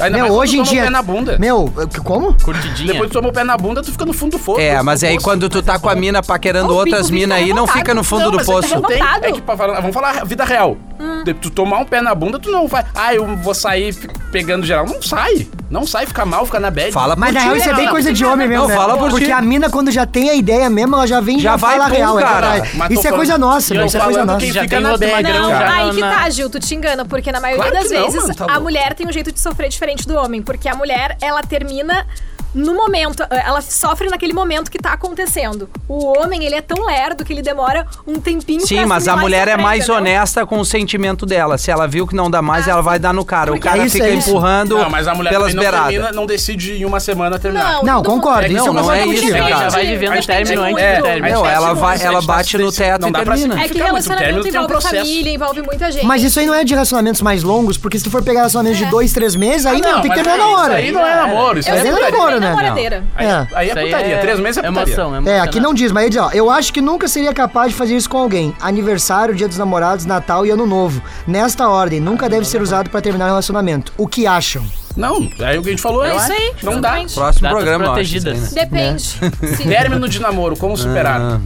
S5: Ainda mais
S3: Meu,
S5: quando
S3: hoje
S5: tu
S3: em
S5: toma o
S3: dia.
S5: pé na bunda.
S3: Meu, eu- como?
S6: Curtidinha.
S5: Depois tu toma o pé na bunda, tu fica no fundo do fosso.
S2: É, mas aí quando tu tá com a mina paquerando
S4: Ó, o
S2: outras
S4: Pico
S2: minas
S4: fica
S2: aí, não
S4: revoltado.
S2: fica no fundo
S5: Não,
S2: do
S5: mas é que
S2: poço.
S5: não tem.
S4: Revoltado.
S5: É que, pra falar- vamos falar vida real.
S4: Ah.
S5: De- Tu tomar um pé na bunda, tu não vai. Ah, eu vou sair fi- pegando geral. Não sai. Não sai, fica mal, fica na bad.
S2: Fala
S3: Mas
S2: por
S3: na
S2: ti,
S3: real isso é
S2: né,
S3: bem
S2: cara?
S3: coisa de homem mesmo,
S2: Não,
S3: né?
S2: fala por
S3: Porque
S2: ti.
S3: a mina, quando já tem a ideia mesmo, ela já vem e
S2: Já
S3: já
S2: vai
S3: fala a
S2: pum,
S3: real. é
S2: cara.
S3: verdade.
S5: Mas tô
S3: Isso é coisa
S5: falando-
S3: nossa,
S5: e
S3: meu.
S5: eu
S3: Isso é coisa
S5: falando
S3: nossa.
S5: quem
S6: Já
S5: fica
S6: tem
S5: na
S6: outro
S5: bad.
S6: magrão
S4: Não,
S5: cara.
S6: já.
S4: aí
S6: na-
S4: que
S6: na-
S4: tá, Gil, tu te engana, porque na maioria
S5: Claro
S4: das
S5: que não,
S4: vezes
S5: mano, tá
S4: a
S5: louco.
S4: mulher tem um jeito de sofrer diferente do homem, porque a mulher, ela termina no momento, eh, ela sofre naquele momento que tá acontecendo. O homem, ele é tão lerdo que ele demora um tempinho pra
S2: Sim,
S4: se
S2: mas a
S4: mais
S2: mulher é
S4: sofrer,
S2: mais
S4: entendeu?
S2: honesta com o sentimento dela. Se ela viu que não dá mais, ela vai dar no cara. O
S4: Porque
S2: cara
S3: é isso,
S2: fica
S3: é isso.
S2: empurrando
S5: Não, mas a mulher
S2: pelas
S5: também não,
S2: beiradas.
S5: termina, não decide em uma semana terminar.
S4: Não,
S3: Não,
S4: todo mundo-
S3: concordo,
S5: isso é uma
S4: todo
S5: coisa
S4: mundo
S5: isso,
S4: diferente.
S5: cara. Já
S6: vai vivendo
S4: A gente
S6: término
S4: tem
S6: antes
S4: muito.
S6: do término.
S2: Não, ela vai- ela
S5: A gente tá
S2: bate no
S5: se-
S2: teto
S5: não
S2: e
S5: dá pra se
S2: termina.
S4: É que
S5: identificar muito.
S4: relacionamento
S5: Término tem um
S4: envolve
S5: processo.
S4: família, envolve muita gente.
S3: Mas isso aí não é de relacionamentos mais longos, porque se tu for pegar relacionamentos de dois, três meses, aí não, tem que
S5: Ah, mas
S3: terminar na hora.
S5: Isso aí não é namoro, isso
S3: Eu
S5: aí
S3: sei
S5: é
S3: lá,
S5: putaria.
S3: namoro, né?
S4: Namoradeira.
S5: Aí,
S3: É.
S5: aí é
S6: Isso aí
S5: putaria. Três meses é putaria.
S6: emoção,
S3: É,
S6: emocionante.
S3: aqui não diz, mas ele diz, ó, eu acho que nunca seria capaz de fazer isso com alguém. Aniversário, dia dos namorados, Natal e Ano Novo. Nesta ordem, nunca deve ser usado pra terminar um relacionamento. O que acham?
S5: Não, aí o que a gente falou é
S4: É
S5: isso
S4: isso aí,
S5: Não dá.
S4: exatamente.
S2: Próximo
S6: Datas
S2: programa, eu acho, isso aí,
S6: protegidas.
S2: né?
S4: Depende. Sim.
S5: (laughs) Término de namoro,
S2: Ah.
S5: como superar?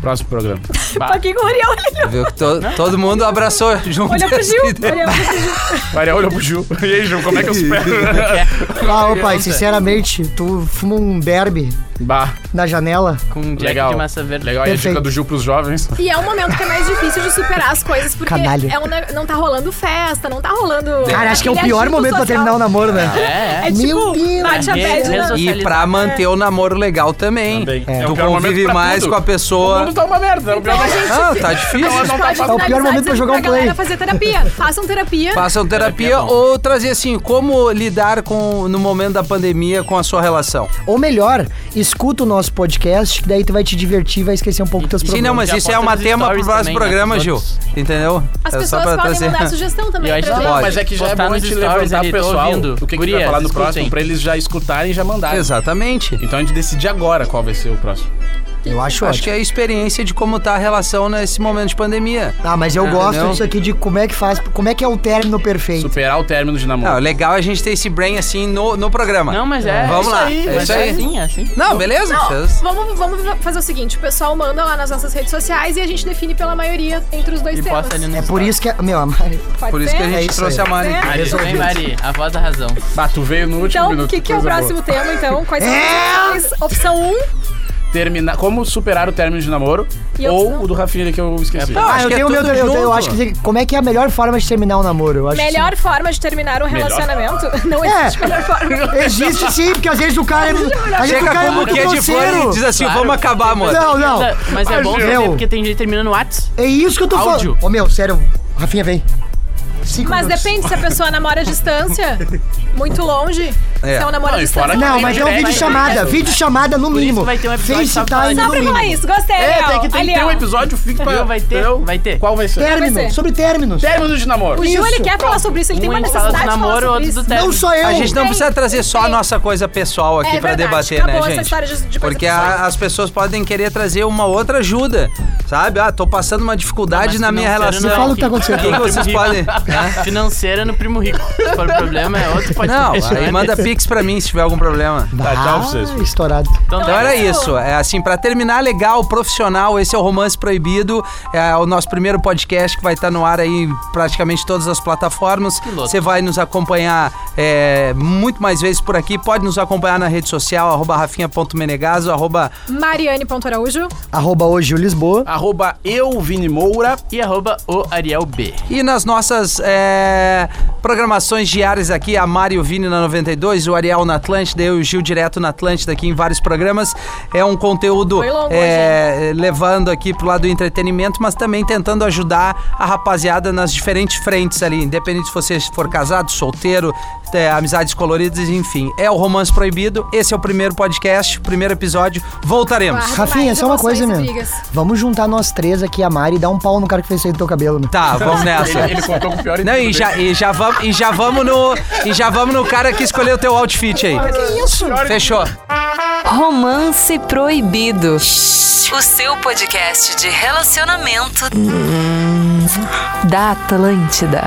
S5: Próximo programa.
S4: Pra quem que Tipo, o Ariel olhou?
S2: Viu que to- todo mundo abraçou junto.
S4: Olha pro
S2: essa (laughs)
S4: Gil.
S2: ideia.
S4: Olha pro Gil.
S5: Maria olha pro Gil. (laughs) E aí, Gil, como é que
S2: (laughs)
S5: eu supero?
S3: Ah, ô pai, sinceramente, tu fuma um derby
S5: bah,
S3: na janela.
S6: Com um jack
S5: legal.
S6: de massa verde.
S5: Legal, aí a dica
S3: Perfeito.
S5: do Gil pros jovens.
S2: Tá
S4: E é um momento que é mais difícil de superar as coisas, porque
S3: Canalha.
S4: é um ne- não tá rolando festa, não tá rolando.
S3: Cara, acho que é o pior momento pra terminar o namoro, né?
S6: É, é.
S4: É
S3: Meu
S4: tipo,
S3: Deus.
S4: bate a
S6: Ninguém
S4: bad
S6: resolve.
S4: na-
S2: E
S6: né?
S2: pra manter o namoro legal também.
S5: Também. É. É
S2: Tu
S5: o pior momento
S2: convive
S5: pra
S2: mais
S5: tudo.
S2: com a pessoa.
S5: O mundo tá uma merda. é o pior
S4: Então, a
S5: momento.
S4: gente-
S2: Ah, tá
S5: Não,
S2: difícil.
S5: não
S4: pode
S5: tá
S3: É o pior
S4: finalizar
S3: momento pra
S4: dizendo
S3: jogar um
S4: pra
S3: play.
S4: galera fazer terapia. Façam terapia.
S5: É
S2: Façam terapia
S5: bom.
S2: ou trazer assim, como lidar com no momento da pandemia com a sua relação.
S3: Ou melhor, escuta o nosso podcast, que daí tu vai te divertir e vai esquecer um pouco teus
S2: Sim, não,
S3: problemas.
S2: mas
S6: Já
S2: isso é
S6: bota
S2: uma
S6: nos
S2: tema pro
S6: stories
S2: próximo
S6: também, né,
S2: programa,
S6: dos
S2: Gil.
S6: outros.
S2: Entendeu?
S4: As
S2: É só
S4: pessoas
S2: pra
S4: podem
S2: trazer.
S4: mandar
S2: (laughs)
S4: sugestão também
S6: E a
S4: pra
S6: gente
S4: gente.
S2: Pode.
S5: Mas é que já é
S6: Postar
S5: bom a
S6: nos
S5: gente
S6: stories
S5: levantar
S6: ali,
S5: o
S6: tô
S5: pessoal o
S6: ouvindo.
S5: que, que vai
S6: Gurias,
S5: falar no próximo,
S6: escutem.
S5: pra eles já escutarem e já mandarem.
S2: Exatamente.
S5: Então a gente decide agora qual vai ser o próximo.
S3: Eu
S2: Acho
S3: acho ótimo.
S2: que é a experiência de como tá a relação nesse momento de pandemia.
S3: Ah, mas eu gosto
S2: Entendeu?
S3: disso aqui de como é que faz, como é que é o término perfeito.
S5: Superar o término de namoro.
S2: Não, é legal a gente ter esse brain assim no, no programa.
S6: Não, mas é.
S2: Vamos
S6: isso
S2: lá,
S6: Aí,
S2: é
S6: mas
S2: isso aí.
S6: É assim, é assim.
S2: Não, beleza? Vocês-
S4: Vamos, vamos fazer o seguinte: o pessoal manda lá nas nossas redes sociais e a gente define pela maioria entre os dois
S6: E
S4: temas.
S6: posta ali no
S3: É por isso que. Meu, a Mari-
S4: Pode
S2: Por isso
S4: ser?
S2: que a
S3: É
S2: gente
S3: isso
S2: trouxe
S3: aí.
S2: a Mari.
S4: É.
S2: aqui.
S6: Mari, vem, Mari. A voz da razão.
S5: Bah, tu veio no último
S4: Então, o
S5: minuto.
S4: que, que é o
S3: É!
S5: coisa
S4: próximo tema, então? Quais são as opções? Opção 1, um,
S5: terminar, como superar o término de namoro
S4: E eu
S5: ou
S4: não.
S5: o do Rafinha que eu esqueci.
S2: Não, acho
S3: Ah, eu
S2: que é
S3: tenho o meu.
S2: tudo
S3: Eu, eu
S2: junto.
S3: acho que tem- como é que é a melhor forma de terminar um namoro? Eu acho que sim.
S4: Melhor forma de terminar um
S5: Melhor?
S4: relacionamento? (laughs) Não
S3: É.
S4: existe melhor forma.
S3: Existe sim, porque às vezes o cara é. Às vezes o
S2: Chega
S3: cara é
S2: com um
S3: muito
S2: buquê de flores e
S3: grosseiro.
S2: diz assim,
S6: Claro.
S2: vamos acabar, amor.
S3: Não, não.
S6: Mas é bom
S3: Meu.
S6: saber, porque tem gente que termina no Whats.
S3: É isso que eu tô
S6: Áudio.
S3: falando. Ô meu, sério, Rafinha, vem. Cinco
S4: Mas
S3: minutos.
S4: depende se a pessoa namora
S5: (laughs)
S4: à distância, muito longe.
S2: É.
S4: Se é um namoro à
S5: Não, e fora
S4: distância.
S5: que-
S3: Não, mas é um
S6: Vai-
S3: vídeo chamada.
S6: vai-
S3: Vídeo chamada no
S6: isso
S3: mínimo.
S6: vai ter um episódio só
S3: FaceTime
S6: pra falar
S4: Só
S3: no
S4: pra
S3: mínimo.
S4: falar isso, gostei,
S5: É, tem que, tem que
S4: Ali,
S5: ter um
S4: ó.
S5: episódio fixo pra...
S6: Viu? Vai ter,
S5: entendeu?
S6: vai ter.
S5: Qual vai ser?
S4: Vai
S3: Término,
S4: ser.
S3: sobre términos.
S5: Término de namoro.
S4: O Ju, ele
S3: Isso.
S4: quer falar sobre isso, ele tem uma
S6: Um fala do
S4: necessidade de falar
S6: namoro,
S4: sobre
S6: outro
S4: isso.
S6: do término.
S3: Não sou eu.
S2: A gente não
S4: Tem,
S2: precisa trazer só a
S4: tem.
S2: nossa coisa pessoal aqui
S4: É
S2: pra
S4: verdade,
S2: debater, né,
S4: acabou essa
S2: gente?
S4: história de- de coisa
S2: Porque a-
S4: pessoal.
S2: as pessoas podem querer trazer uma outra ajuda, sabe? Ah, tô passando uma dificuldade
S6: Mas
S2: na minha
S6: financeiro
S2: relação.
S6: não é
S3: Fala o que tá
S6: aqui.
S2: O
S3: acontecendo.
S2: que, que vocês podem... Hã?
S6: (laughs) Financeira no Primo Rico. Se for problema, é outro
S2: Não,
S6: podcast.
S2: aí manda pix pra mim se tiver algum problema.
S5: Tá, tchau pra vocês.
S3: Ah, estourado.
S2: Então era
S4: Isso.
S2: isso. É assim, pra terminar, legal, profissional, esse é o Romance Proibido. É o nosso primeiro podcast que vai estar no ar aí em praticamente todas as plataformas.
S6: Piloto.
S2: Você vai nos acompanhar é, muito mais vezes por aqui. Pode nos acompanhar na rede social, arroba rafinha.menegaso, arroba
S4: Mariane.araújo.
S3: Arroba hoje o Lisboa.
S5: Arroba eu, Vini Moura.
S6: E arroba o Ariel B.
S2: E nas nossas é, programações diárias aqui, a Mari e o Vini na 92, o Ariel na Atlântida, eu e o Gil direto na Atlântida aqui em vários programas. É um conteúdo
S4: Foi longo
S2: é, levando aqui pro lado do entretenimento, mas também tentando ajudar a rapaziada nas diferentes frentes ali, independente se você for casado, solteiro, é, amizades coloridas, enfim. É o Romance Proibido, esse é o primeiro podcast, primeiro episódio. Voltaremos.
S4: Claro.
S3: Rafinha,
S4: mais
S5: é
S3: só uma coisa,
S4: emoções
S3: meu.
S4: e brigas.
S3: Vamos juntar nós três aqui, a Mari, e dar um pau no cara que fez sair do teu cabelo, né? meu.
S2: Tá, vamos
S4: (laughs)
S2: nessa.
S5: Ele, ele contou com o pior
S2: Não, e
S5: intuito
S2: já, e já vamos e já vamos no e já vamos no cara que escolheu o teu outfit aí.
S5: dele. Pior
S2: Fechou.
S1: Romance Proibido. O seu podcast de relacionamento da Atlântida.